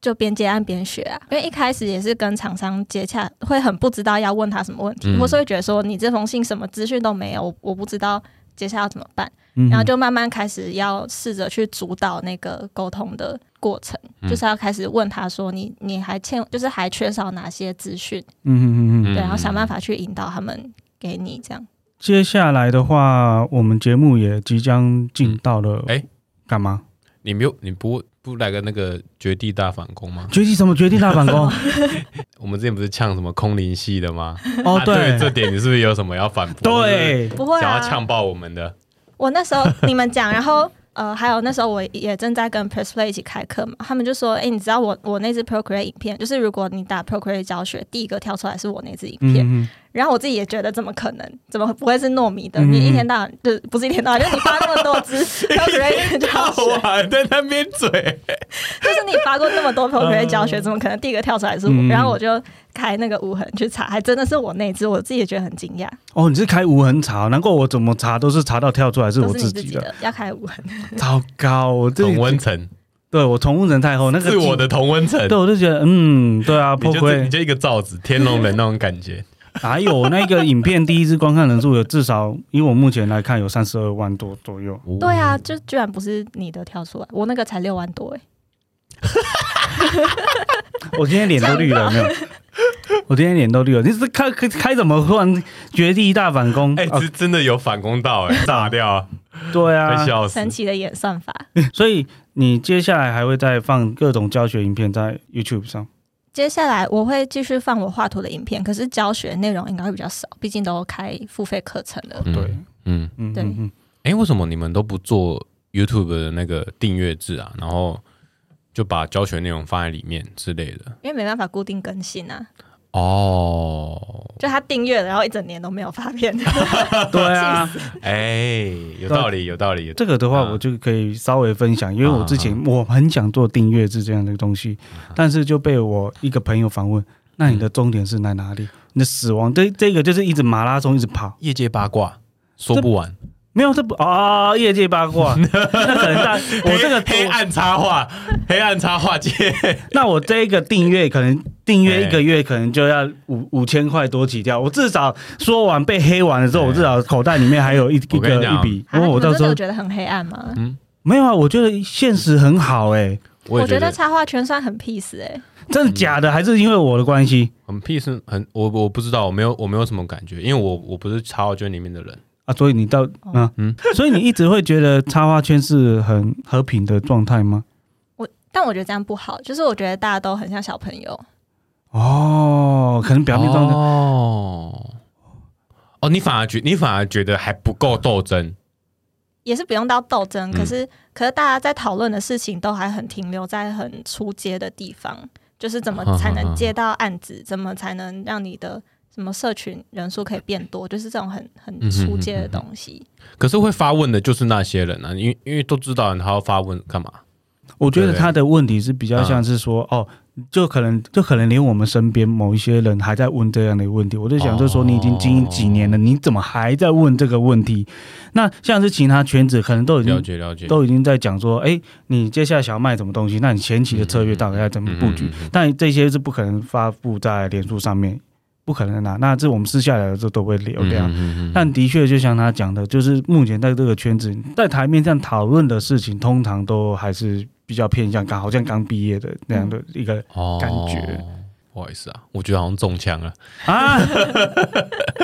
Speaker 3: 就边接案边学啊，因为一开始也是跟厂商接洽，会很不知道要问他什么问题，
Speaker 4: 嗯
Speaker 3: 或是会觉得说你这封信什么资讯都没有，我我不知道接下来要怎么办，
Speaker 2: 嗯，
Speaker 3: 然后就慢慢开始要试着去主导那个沟通的过程，
Speaker 4: 嗯
Speaker 3: 就是要开始问他说你你还欠就是还缺少哪些资讯，
Speaker 2: 嗯嗯嗯嗯。
Speaker 4: 嗯
Speaker 3: 对，然后想办法去引导他们给你这样。
Speaker 2: 接下来的话，我们节目也即将进到了，
Speaker 4: 嗯哎
Speaker 2: 干嘛？
Speaker 4: 你没有你不不来个那个绝地大反攻吗？
Speaker 2: 决定什么？决定大反攻？
Speaker 4: 我们之前不是呛什么空灵系的吗？
Speaker 2: 哦
Speaker 4: 啊，
Speaker 2: 对
Speaker 4: 于这点你是不是有什么要反驳？或
Speaker 2: 对，
Speaker 3: 不会
Speaker 4: 是想
Speaker 3: 啊，
Speaker 4: 要呛爆我们的？
Speaker 3: 我那时候你们讲，然后 呃，还有那时候我也正在跟 Pressplay 一起开课嘛，他们就说，哎、你知道我我那支 Procreate 影片，就是如果你打 Procreate 教学，第一个跳出来是我那支影片，
Speaker 2: 嗯，嗯
Speaker 3: 然后我自己也觉得怎么可能，怎么不会是糯米的？
Speaker 2: 嗯
Speaker 3: 你一天到晚就是不是一天到晚， 就是你发那么多支 Procreate 教学，
Speaker 4: 我还在那边嘴，
Speaker 3: 就是你发过那么多 Procreate 教学，怎么可能第一个跳出来是我？
Speaker 2: 嗯
Speaker 3: 然后我就开那个无痕去查，还真的是我那支，我自己也觉得很惊讶，
Speaker 2: 哦，你是开无痕查，难怪我怎么查都是查到跳出来是
Speaker 3: 都
Speaker 2: 我
Speaker 3: 是你
Speaker 2: 自
Speaker 3: 自己
Speaker 2: 己的，
Speaker 3: 的，要开无痕。
Speaker 2: 糟糕，我这
Speaker 4: 同温层
Speaker 2: 对我同温层太厚，那个
Speaker 4: 是我的同温层，
Speaker 2: 对，我就觉得嗯，对啊，
Speaker 4: 你
Speaker 2: 破
Speaker 4: 就
Speaker 2: 亏
Speaker 4: 你就一个罩子，天龙人那种感觉。
Speaker 2: 还有那个影片第一次观看人数有至少，以我目前来看有三十二万多左右。
Speaker 3: 对啊，就居然不是你的跳出来，我那个才六万多哎、
Speaker 2: 我今天脸都绿了，有没有？我今天脸都绿了。你是开开开怎么突然绝地大反攻？
Speaker 4: 哎、
Speaker 2: 啊
Speaker 4: 真真的有反攻到 哎、炸掉啊，
Speaker 2: 对啊
Speaker 4: 快，笑死
Speaker 3: 神！奇的演算法。
Speaker 2: 所以你接下来还会再放各种教学影片在 YouTube 上。
Speaker 3: 接下来我会继续放我画图的影片，可是教学内容应该会比较少，毕竟都开付费课程了。
Speaker 4: 嗯
Speaker 2: 对，
Speaker 4: 嗯，
Speaker 2: 嗯，
Speaker 3: 对
Speaker 2: 嗯嗯
Speaker 4: 哎、为什么你们都不做 YouTube 的那个订阅制啊？然后就把教学内容放在里面之类的？
Speaker 3: 因为没办法固定更新啊，
Speaker 4: 哦，
Speaker 3: 就他订阅了，然后一整年都没有发片，
Speaker 2: 对啊，
Speaker 4: 哎、有道理，有道理。有道
Speaker 2: 这个的话
Speaker 4: 啊
Speaker 2: 我就可以稍微分享，因为我之前
Speaker 4: 啊
Speaker 2: 我很想做订阅制这样的东西，但是就被我一个朋友访问，那你的终点是在哪
Speaker 4: 嗯
Speaker 2: 里？你的死亡，这这个就是一直马拉松，一直跑。
Speaker 4: 理业界八卦说不完，
Speaker 2: 没有，这 不啊、业界八卦，那可能大我这个
Speaker 4: 黑黑暗插画，黑暗插画界，
Speaker 2: 那我这一个订阅可能订阅一个月可能就要
Speaker 4: 哎
Speaker 2: 五五千块多起跳，我至少说完被黑完了之后，
Speaker 4: 哎
Speaker 2: 我至少口袋里面还有一一
Speaker 4: 我跟
Speaker 2: 个
Speaker 4: 你
Speaker 2: 一
Speaker 4: 讲
Speaker 2: 笔，
Speaker 3: 啊
Speaker 2: 因为
Speaker 3: 你
Speaker 2: 我
Speaker 3: 们
Speaker 2: 到
Speaker 3: 真
Speaker 2: 时
Speaker 3: 的
Speaker 2: 候
Speaker 3: 有觉得很黑暗吗？
Speaker 2: 没有啊，我觉得现实很好哎、
Speaker 4: 我也
Speaker 3: 觉
Speaker 4: 觉
Speaker 3: 得
Speaker 4: 得
Speaker 3: 插画圈算很 peace 哎、
Speaker 2: 真的假
Speaker 4: 嗯
Speaker 2: 的？还是因为我的关系
Speaker 4: 很 peace，很我我不知道，我没有我没有什么感觉，因为我我不是插画圈里面的人。
Speaker 2: 啊？所以你到啊，
Speaker 4: 嗯
Speaker 2: 所以你一直会觉得插画圈是 很和平的状态吗？
Speaker 3: 但我觉得这样不好，就是我觉得大家都很像小朋友，
Speaker 2: 哦，可能表面状态、
Speaker 4: 哦哦，你反而觉你反而觉得还不够斗争，
Speaker 3: 也是不用到斗争，
Speaker 4: 嗯
Speaker 3: 可是、可是大家在讨论的事情都还很停留在很出街的地方，就是怎么才能接到案子，怎么才能让你的什么社群人数可以变多，就是这种很很
Speaker 4: 嗯哼
Speaker 3: 出界的东西。
Speaker 4: 可是会发问的就是那些人啊，因为因为都知道他要发问干嘛？
Speaker 2: 我觉得他的问题是比较像是说，哦，就可能就可能连我们身边某一些人还在问这样的问题，我就想就说
Speaker 4: 哦
Speaker 2: 你已经经营几年了，你怎么还在问这个问题？那像是其他圈子可能都已
Speaker 4: 了
Speaker 2: 经
Speaker 4: 解了解，
Speaker 2: 嗯都已经在讲说，哎，你接下来想要卖什么东西？那你前期的策略到底要怎么布
Speaker 4: 嗯
Speaker 2: 局？
Speaker 4: 嗯嗯嗯
Speaker 2: 但这些是不可能发布在脸书上面，不可能的、啊。那这我们私下聊的时候都会聊聊。
Speaker 4: 嗯嗯嗯嗯
Speaker 2: 但的确，就像他讲的，就是目前在这个圈子，在台面上讨论的事情，通常都还是比较偏向刚好像刚毕业的那样的一个、
Speaker 4: 哦
Speaker 2: 感觉
Speaker 4: 不好意思啊，我觉得好像中枪了。
Speaker 2: 啊，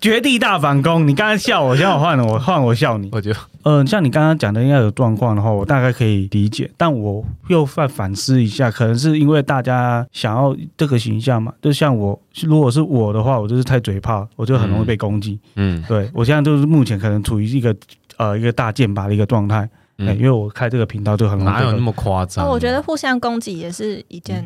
Speaker 2: 绝地大反攻。你刚才笑我，现在我换了我换我笑你。
Speaker 4: 我觉得
Speaker 2: 嗯、像你刚刚讲的要有状况的话，我大概可以理解，但我又再反思一下，可能是因为大家想要这个形象嘛，就像我如果是我的话，我就是太嘴炮，我就很容易被攻击。
Speaker 4: 嗯
Speaker 2: 对我现在就是目前可能处于一个呃一个大剑拔的一个状态，哎、因
Speaker 4: 嗯，
Speaker 2: 为我开这个频道就很容易
Speaker 4: 哪
Speaker 2: 被
Speaker 4: 有那
Speaker 2: 攻击。
Speaker 4: 么夸张？啊
Speaker 3: 哦，我觉得互相攻击也是一件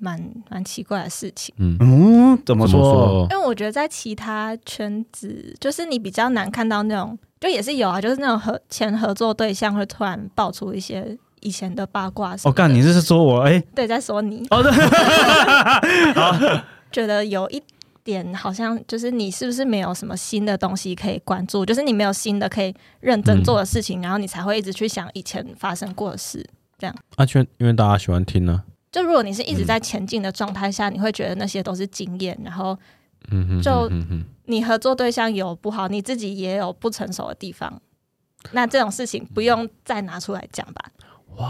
Speaker 3: 蛮蛮奇怪的事情。
Speaker 4: 嗯，
Speaker 2: 嗯，怎
Speaker 4: 怎
Speaker 2: 么
Speaker 4: 么
Speaker 2: 说？
Speaker 4: 说？
Speaker 3: 因为我觉得在其他圈子，就是你比较难看到那种，就也是有啊，就是那种合前合作对象会突然爆出一些以前的八卦
Speaker 4: 哦
Speaker 3: 什
Speaker 2: 我
Speaker 3: 么的。
Speaker 2: 哦干、你是说我哎、
Speaker 3: 对，在说你，
Speaker 2: 哦对，
Speaker 3: 觉得有一点好像就是你是不是没有什么新的东西可以关注，就是你没有新的可以认真做的事情，然后你才会一直去想以前发生过的事。
Speaker 4: 啊，因为因为大家喜欢听呢。
Speaker 3: 就如果你是一直在前进的状态下，你会觉得那些都是经验，然后
Speaker 4: 嗯哼，
Speaker 3: 就
Speaker 4: 嗯哼，
Speaker 3: 你合作对象有不好，你自己也有不成熟的地方。那这种事情不用再拿出来讲吧？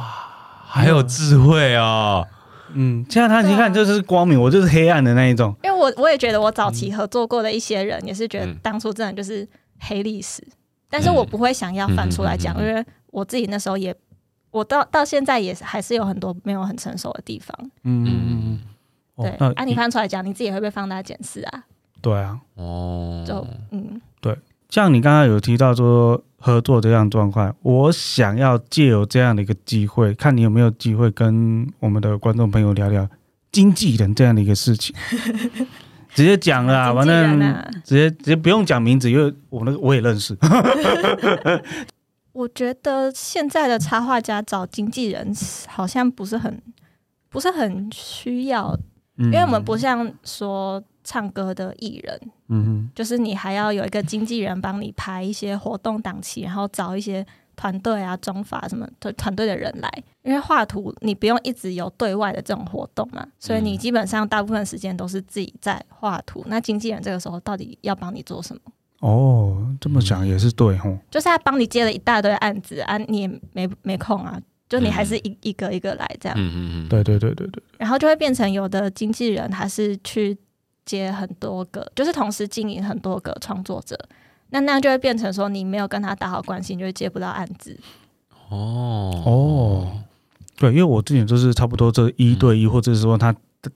Speaker 5: 还有智慧
Speaker 4: 啊
Speaker 5: 哦，
Speaker 2: 嗯，现在他你看
Speaker 3: 对
Speaker 2: 这
Speaker 3: 啊
Speaker 2: 是光明，我就是黑暗的那一种。
Speaker 3: 因为我我也觉得我早期
Speaker 4: 嗯
Speaker 3: 合作过的一些人，也是觉得当初真的就是黑历史，但是我不会想要翻出来讲，
Speaker 4: 嗯嗯嗯嗯
Speaker 3: 因为我自己那时候也，我到到现在也是还是有很多没有很成熟的地方。
Speaker 2: 嗯嗯
Speaker 4: 嗯
Speaker 2: 嗯，哦
Speaker 3: 对，
Speaker 2: 那
Speaker 3: 啊，你翻出来讲，你自己也会被放大检视啊，
Speaker 2: 对啊，
Speaker 4: 哦，
Speaker 3: 就嗯，
Speaker 2: 像你刚刚有提到说合作这样状况，我想要借由这样的一个机会，看你有没有机会跟我们的观众朋友聊聊经纪人这样的一个事 情。直接讲了啊，
Speaker 3: 经
Speaker 2: 反
Speaker 3: 纪人
Speaker 2: 正
Speaker 3: 啊，
Speaker 2: 直接直接不用讲名字，因为我那个我也认识。
Speaker 3: 我觉得现在的插画家找经纪人好像不是很不是很需要，
Speaker 2: 因
Speaker 4: 嗯
Speaker 3: 因为我们不像说唱歌的艺人，
Speaker 2: 嗯
Speaker 3: 就是你还要有一个经纪人帮你排一些活动档期，然后找一些团队啊、妆法什么的团队的人来，因为画图你不用一直有对外的这种活动嘛，所以你基本上大部分时间都是自己在画图。那经纪人这个时候到底要帮你做什么？
Speaker 2: 哼哦，这么讲也是对吼。
Speaker 3: 就是他帮你接了一大堆案子啊，你也没没空啊，就你还是一、一个一个来这样，
Speaker 4: 嗯嗯嗯，
Speaker 2: 对对对对对，
Speaker 3: 然后就会变成有的经纪人他是去接很多个，就是同时经营很多个创作者，那那样就会变成说你没有跟他打好关系，你就会接不到案子。
Speaker 4: 哦
Speaker 2: 哦，对，因为我之前就是差不多这一
Speaker 4: 嗯
Speaker 2: 对一，或者是说他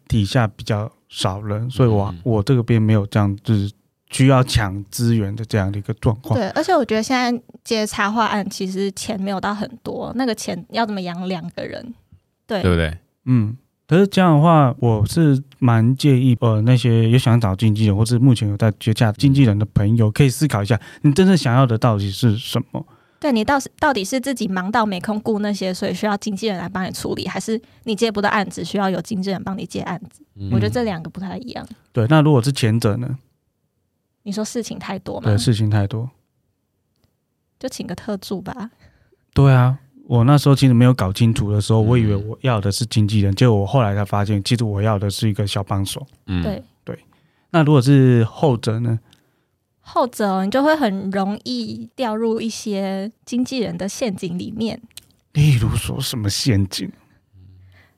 Speaker 2: 底下比较少人，所以我
Speaker 4: 嗯
Speaker 2: 我这个边没有这样就是需要抢资源的这样的一个状况。
Speaker 3: 对，而且我觉得现在接插画案其实钱没有到很多，那个钱要怎么养两个人？对，
Speaker 4: 对不对？
Speaker 2: 嗯。可是这样的话，我是蛮建议呃那些有想找经纪人，或是目前有在接洽经纪人的朋友，可以思考一下，你真正想要的到底是什么。
Speaker 3: 对你到是到底是自己忙到没空顾那些，所以需要经纪人来帮你处理，还是你接不到案子需要有经纪人帮你接案子？
Speaker 4: 嗯
Speaker 3: 我觉得这两个不太一样。
Speaker 2: 对，那如果是前者呢？
Speaker 3: 你说事情太多嘛
Speaker 2: 对，，事情太多。
Speaker 3: 就请个特助吧。
Speaker 2: 对啊，我那时候其实没有搞清楚的时候，
Speaker 4: 嗯
Speaker 2: 我以为我要的是经纪人，结果我后来才发现，其实我要的是一个小帮手。
Speaker 4: 嗯
Speaker 3: 对，
Speaker 2: 那如果是后者呢？
Speaker 3: 后者你就会很容易掉入一些经纪人的陷阱里面，
Speaker 2: 例如说什么陷阱？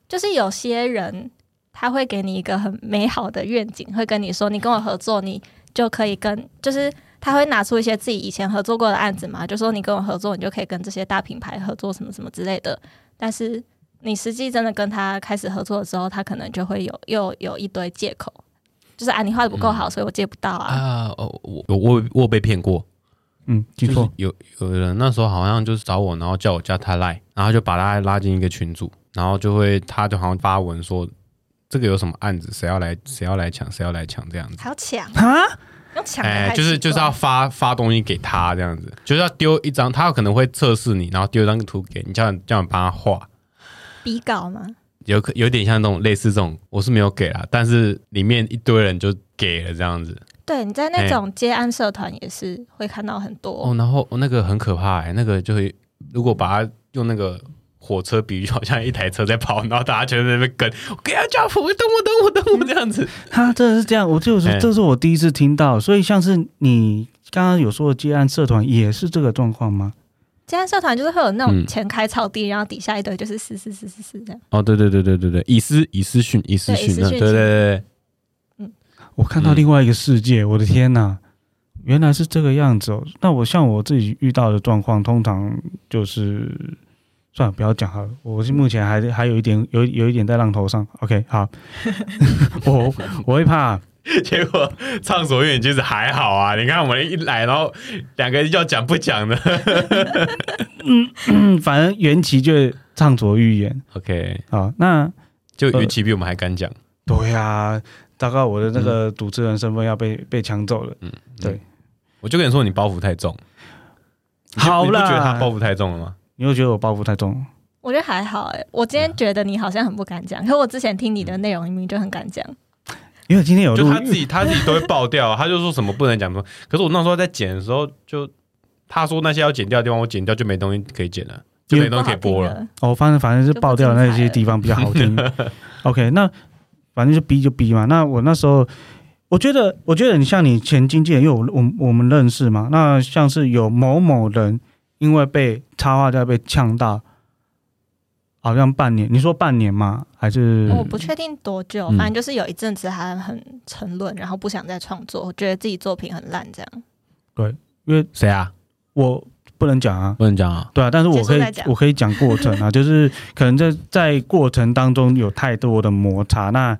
Speaker 3: 就是有些人他会给你一个很美好的愿景，会跟你说你跟我合作，你就可以跟，就是他会拿出一些自己以前合作过的案子嘛，就说你跟我合作，你就可以跟这些大品牌合作什么什么之类的，但是。你实际真的跟他开始合作的时候，他可能就会有又有一堆借口，就是啊，你画的不够
Speaker 4: 嗯
Speaker 3: 好，所以我借不到啊。
Speaker 4: 啊，哦，我我我我有被骗过，
Speaker 2: 嗯，记
Speaker 4: 就是
Speaker 2: 错。
Speaker 4: 有有人那时候好像就是找我，然后叫我加他赖，然后就把他拉进一个群组，然后就会他就好像发文说这个有什么案子，谁要来谁要来抢，谁要来抢这样子。
Speaker 3: 还要抢，
Speaker 2: 啊，
Speaker 3: 用抢的
Speaker 4: 哎、
Speaker 3: 太
Speaker 4: 就是
Speaker 3: 奇
Speaker 4: 就是
Speaker 3: 怪
Speaker 4: 要发发东西给他这样子，就是要丢一张，他可能会测试你，然后丢一张图给你，叫你叫你帮他画，
Speaker 3: 比稿吗？
Speaker 4: 有可有点像那种类似这种，我是没有给啦，但是里面一堆人就给了这样子。
Speaker 3: 对，你在那种接案社团也是会看到很多，
Speaker 4: 哦，然后、哦、那个很可怕、欸，那个就会如果把它用那个火车比喻，就好像一台车在跑，然后大家全在那边跟，我给他叫我等我等我等我这样子。
Speaker 2: 他真的是这样，我就是
Speaker 4: 哎
Speaker 2: 这是我第一次听到，所以像是你刚刚有说的接案社团也是这个状况吗？
Speaker 3: 接案社团就是会有那种
Speaker 4: 嗯
Speaker 3: 前开草地，然后底下一堆就是撕撕撕撕撕这样。
Speaker 4: 哦，对对对对对对，以私以私讯以私
Speaker 3: 对以
Speaker 4: 讯，
Speaker 3: 私
Speaker 4: 嗯
Speaker 3: 讯
Speaker 4: 对对对
Speaker 2: 我看到
Speaker 4: 嗯
Speaker 2: 另外一个世界，我的天呐，原来是这个样子哦。那我像我自己遇到的状况，通常就是算了，不要讲好了。我是目前还还有一点有有一点在浪头上。OK，好， 我我会怕。
Speaker 4: 对，结果畅所欲言其实还好啊，你看我们一来，然后两个要讲不讲的
Speaker 2: 嗯，反正缘起就畅所欲言
Speaker 4: ，OK，
Speaker 2: 好，那
Speaker 4: 就
Speaker 2: 呃
Speaker 4: 尤其比我们还敢讲，
Speaker 2: 对呀、糟糕，我的那个
Speaker 4: 嗯
Speaker 2: 主持人身份要被、被抢走了。
Speaker 4: 我就跟你说你包袱太重，你就
Speaker 2: 好
Speaker 4: 你不觉得
Speaker 2: 啦
Speaker 4: 他包袱太重了吗？
Speaker 2: 你又觉得我包袱太重？
Speaker 3: 我觉得还好哎、我今
Speaker 4: 嗯
Speaker 3: 天觉得你好像很不敢讲，可我之前听你的内容明明就很敢讲。
Speaker 2: 因为今天有
Speaker 4: 就
Speaker 2: 录
Speaker 4: 他，自己他自己都会爆掉啊，他就说什么不能 讲什么。可是我那时候在剪的时候，就他说那些要剪掉的地方，我剪掉就没东西可以剪了，就没
Speaker 3: 不
Speaker 4: 东西可
Speaker 3: 好
Speaker 4: 以播
Speaker 3: 听
Speaker 4: 了。
Speaker 3: 了。
Speaker 2: 哦，反正反正是爆掉的那些地方比较好听。OK，那反正就逼就逼嘛。那我那时候，我觉得，我觉得你像你前经纪人，因为我我我们认识嘛，那像是有某某人因为被插画家被呛到，好像半年，你说半年吗？还是
Speaker 4: 嗯
Speaker 3: 我不确定多久，反正就是有一阵子还很沉沦，然后不想再创作，觉得自己作品很烂，这样
Speaker 4: 谁啊？
Speaker 2: 我不能讲啊？
Speaker 4: 不能讲啊！
Speaker 2: 对啊，但是我
Speaker 3: 结束
Speaker 2: 可以
Speaker 3: 再讲
Speaker 2: 我可以讲过程啊，就是可能在在过程当中有太多的摩擦，那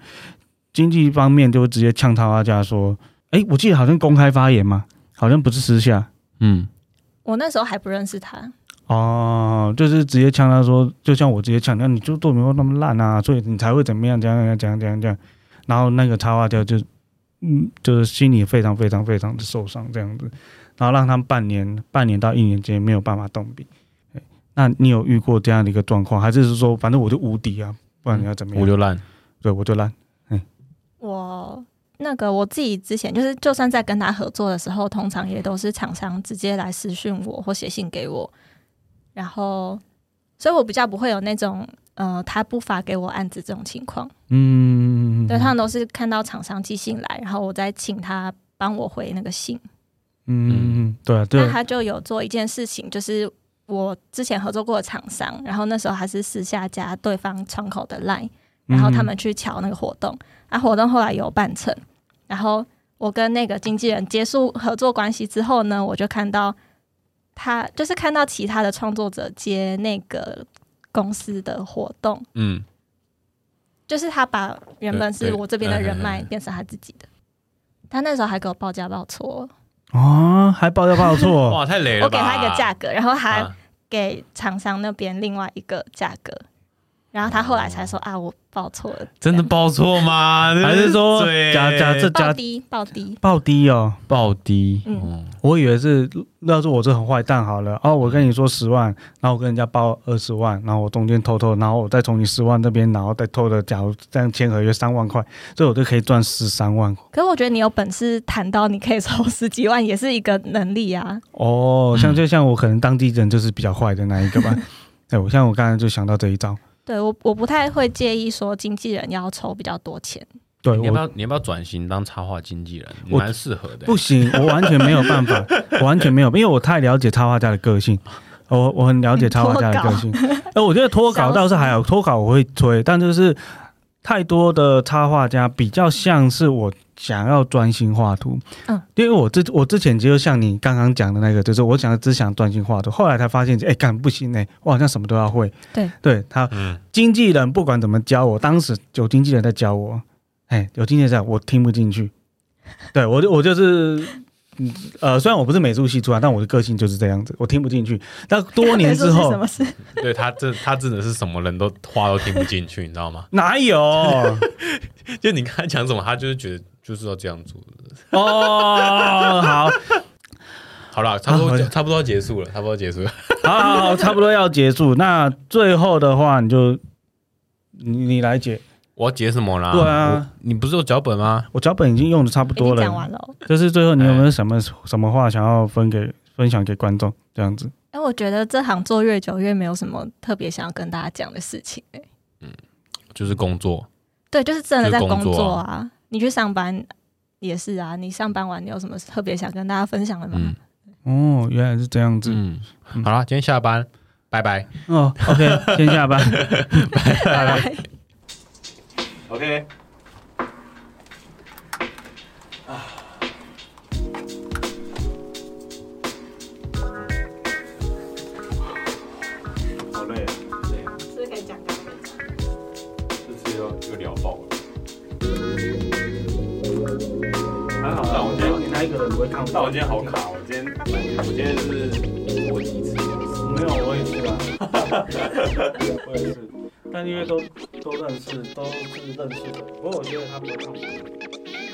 Speaker 2: 经济方面就会直接呛他阿家说，哎、我记得好像公开发言嘛，好像不是私下
Speaker 4: 嗯，
Speaker 3: 我那时候还不认识他，
Speaker 2: 哦，就是直接呛他说，就像我直接呛，那你就做没有那么烂啊，所以你才会怎么样，怎样怎样怎样怎样怎样，然后那个插画家就嗯，就是心里非常非常非常的受伤这样子，然后让他们半年半年到一年间没有办法动笔。哎那你有遇过这样的一个状况，还是说反正我就无敌啊，不然你要怎么
Speaker 4: 嗯
Speaker 2: 样？
Speaker 4: 我就烂。
Speaker 2: 对我就烂。
Speaker 3: 我那个我自己之前就是，就算在跟他合作的时候，通常也都是厂商直接来私讯我或写信给我，然后，所以我比较不会有那种呃他不发给我案子这种情况，
Speaker 2: 嗯，
Speaker 3: 对他们都是看到厂商寄信来，然后我再请他帮我回那个信。
Speaker 2: 嗯，对啊，对
Speaker 3: 那
Speaker 2: 啊，
Speaker 3: 他就有做一件事情，就是我之前合作过的厂商，然后那时候还是私下加对方窗口的 line，然
Speaker 4: 嗯
Speaker 3: 后
Speaker 2: 哦嗯
Speaker 3: 他们去瞧那个活动，啊，活动后来有办成，然后我跟那个经纪人结束合作关系之后呢，我就看到他就是看到其他的创作者接那个公司的活动，
Speaker 4: 嗯，
Speaker 3: 就是他把原本
Speaker 4: 对
Speaker 3: 是
Speaker 4: 对
Speaker 3: 我这边的人
Speaker 4: 嗯嗯
Speaker 3: 脉
Speaker 4: 嗯
Speaker 3: 变成他自己的，他那时候还给我报价报错，
Speaker 2: 哦，还报价报错，
Speaker 4: 哇，太雷
Speaker 3: 我
Speaker 4: 了
Speaker 3: 给
Speaker 4: 吧！
Speaker 3: 他一个价格，然后还
Speaker 4: 啊，
Speaker 3: 给厂商那边另外一个价格，然后他后来才
Speaker 4: 哦
Speaker 3: 说、啊，我报错了，
Speaker 4: 真的报错吗？
Speaker 2: 还是说
Speaker 4: 对
Speaker 2: 假假设
Speaker 3: 这样报
Speaker 2: 假
Speaker 3: 低报低，
Speaker 2: 报低哦？
Speaker 4: 报低？
Speaker 3: 嗯
Speaker 4: 嗯，
Speaker 2: 我以为是，要是我这很坏蛋好了，哦，我跟你说十万，然后我跟人家报二十万，然后我中间偷偷，然后我再从你十万那边，然后再偷的，假如这样签合约三万块，所以我就可以赚十三万
Speaker 3: 可是我觉得你有本事谈到你可以抽十几万，也是一个能力啊。
Speaker 2: 哦。像就像我可能当地人就是比较坏的那一个 吧。对，我像我刚才就想到这一招，
Speaker 3: 对我我不太会介意说经纪人要抽比较多钱，
Speaker 2: 对
Speaker 4: 你要不
Speaker 2: 我
Speaker 4: 要你要不要转型当插画经纪人？你
Speaker 2: 我
Speaker 4: 蛮适合的。
Speaker 2: 不行，我完全没有办法，我完全没有，因为我太了解插画家的个性。我我很了解插画家的个性，哎，我觉得脱稿倒是还好，脱稿我会推，但就是太多的插画家比较像是我想要专心画图，
Speaker 3: 嗯，
Speaker 2: 因为我之我之前就像你刚刚讲的那个，就是我想只想专心画图，后来才发现，哎，干不行哎，我好像什么都要会，
Speaker 3: 对，
Speaker 2: 对他
Speaker 4: 嗯，
Speaker 2: 经纪人不管怎么教我，当时有经纪 人在教我，哎，有经纪人在，我听不进去。对我就我就是呃，虽然我不是美术系出来，但我的个性就是这样子，我听不进去。但多
Speaker 3: 美
Speaker 2: 年
Speaker 3: 术
Speaker 2: 之
Speaker 3: 是
Speaker 2: 后
Speaker 3: 什，么事？
Speaker 4: 对他这他真的是什么人都话都听不进去，你知道吗？
Speaker 2: 哪有 哦
Speaker 4: 就你跟他讲什么，他就是觉得就是要这样做。
Speaker 2: 哦？好，
Speaker 4: 好了，差不
Speaker 2: 啊
Speaker 4: 多
Speaker 2: 好的
Speaker 4: 差不多要结束了，差不多要结束了。
Speaker 2: 好好好，差不多要结束。那最后的话，你就你你来解。
Speaker 4: 我要结什么啦？
Speaker 2: 对啊
Speaker 4: 我，你不是有脚本吗？
Speaker 2: 我脚本已经用的差不
Speaker 3: 已
Speaker 2: 多
Speaker 3: 经讲完
Speaker 2: 了，
Speaker 3: 了哦。
Speaker 2: 就是最后你有没有什么什么话想要分给分享给观众？这样子，
Speaker 3: 哎，我觉得这行做越久越没有什么特别想要跟大家讲的事情、欸、
Speaker 4: 就是工作，
Speaker 3: 对，就是真的在
Speaker 4: 就是工作
Speaker 3: 工
Speaker 4: 啊
Speaker 3: 作啊。你去上班也是啊，你上班完你有什么特别想跟大家分享的吗？
Speaker 4: 嗯
Speaker 2: 哦，原来是这样子。
Speaker 4: 嗯，好啦，今天下班，拜拜。
Speaker 2: 哦，OK，先下班。
Speaker 3: 拜拜。
Speaker 6: OK。好累，
Speaker 3: 是可以讲到
Speaker 6: 这次又又聊爆了。还好，但我今天
Speaker 2: 那一个人不会看
Speaker 6: 但我今天好卡，我今天我今天是我几次，
Speaker 2: 没有，我也是啊， 我也是。但因为都都认识，都是认识的，不过我觉得他不会看我。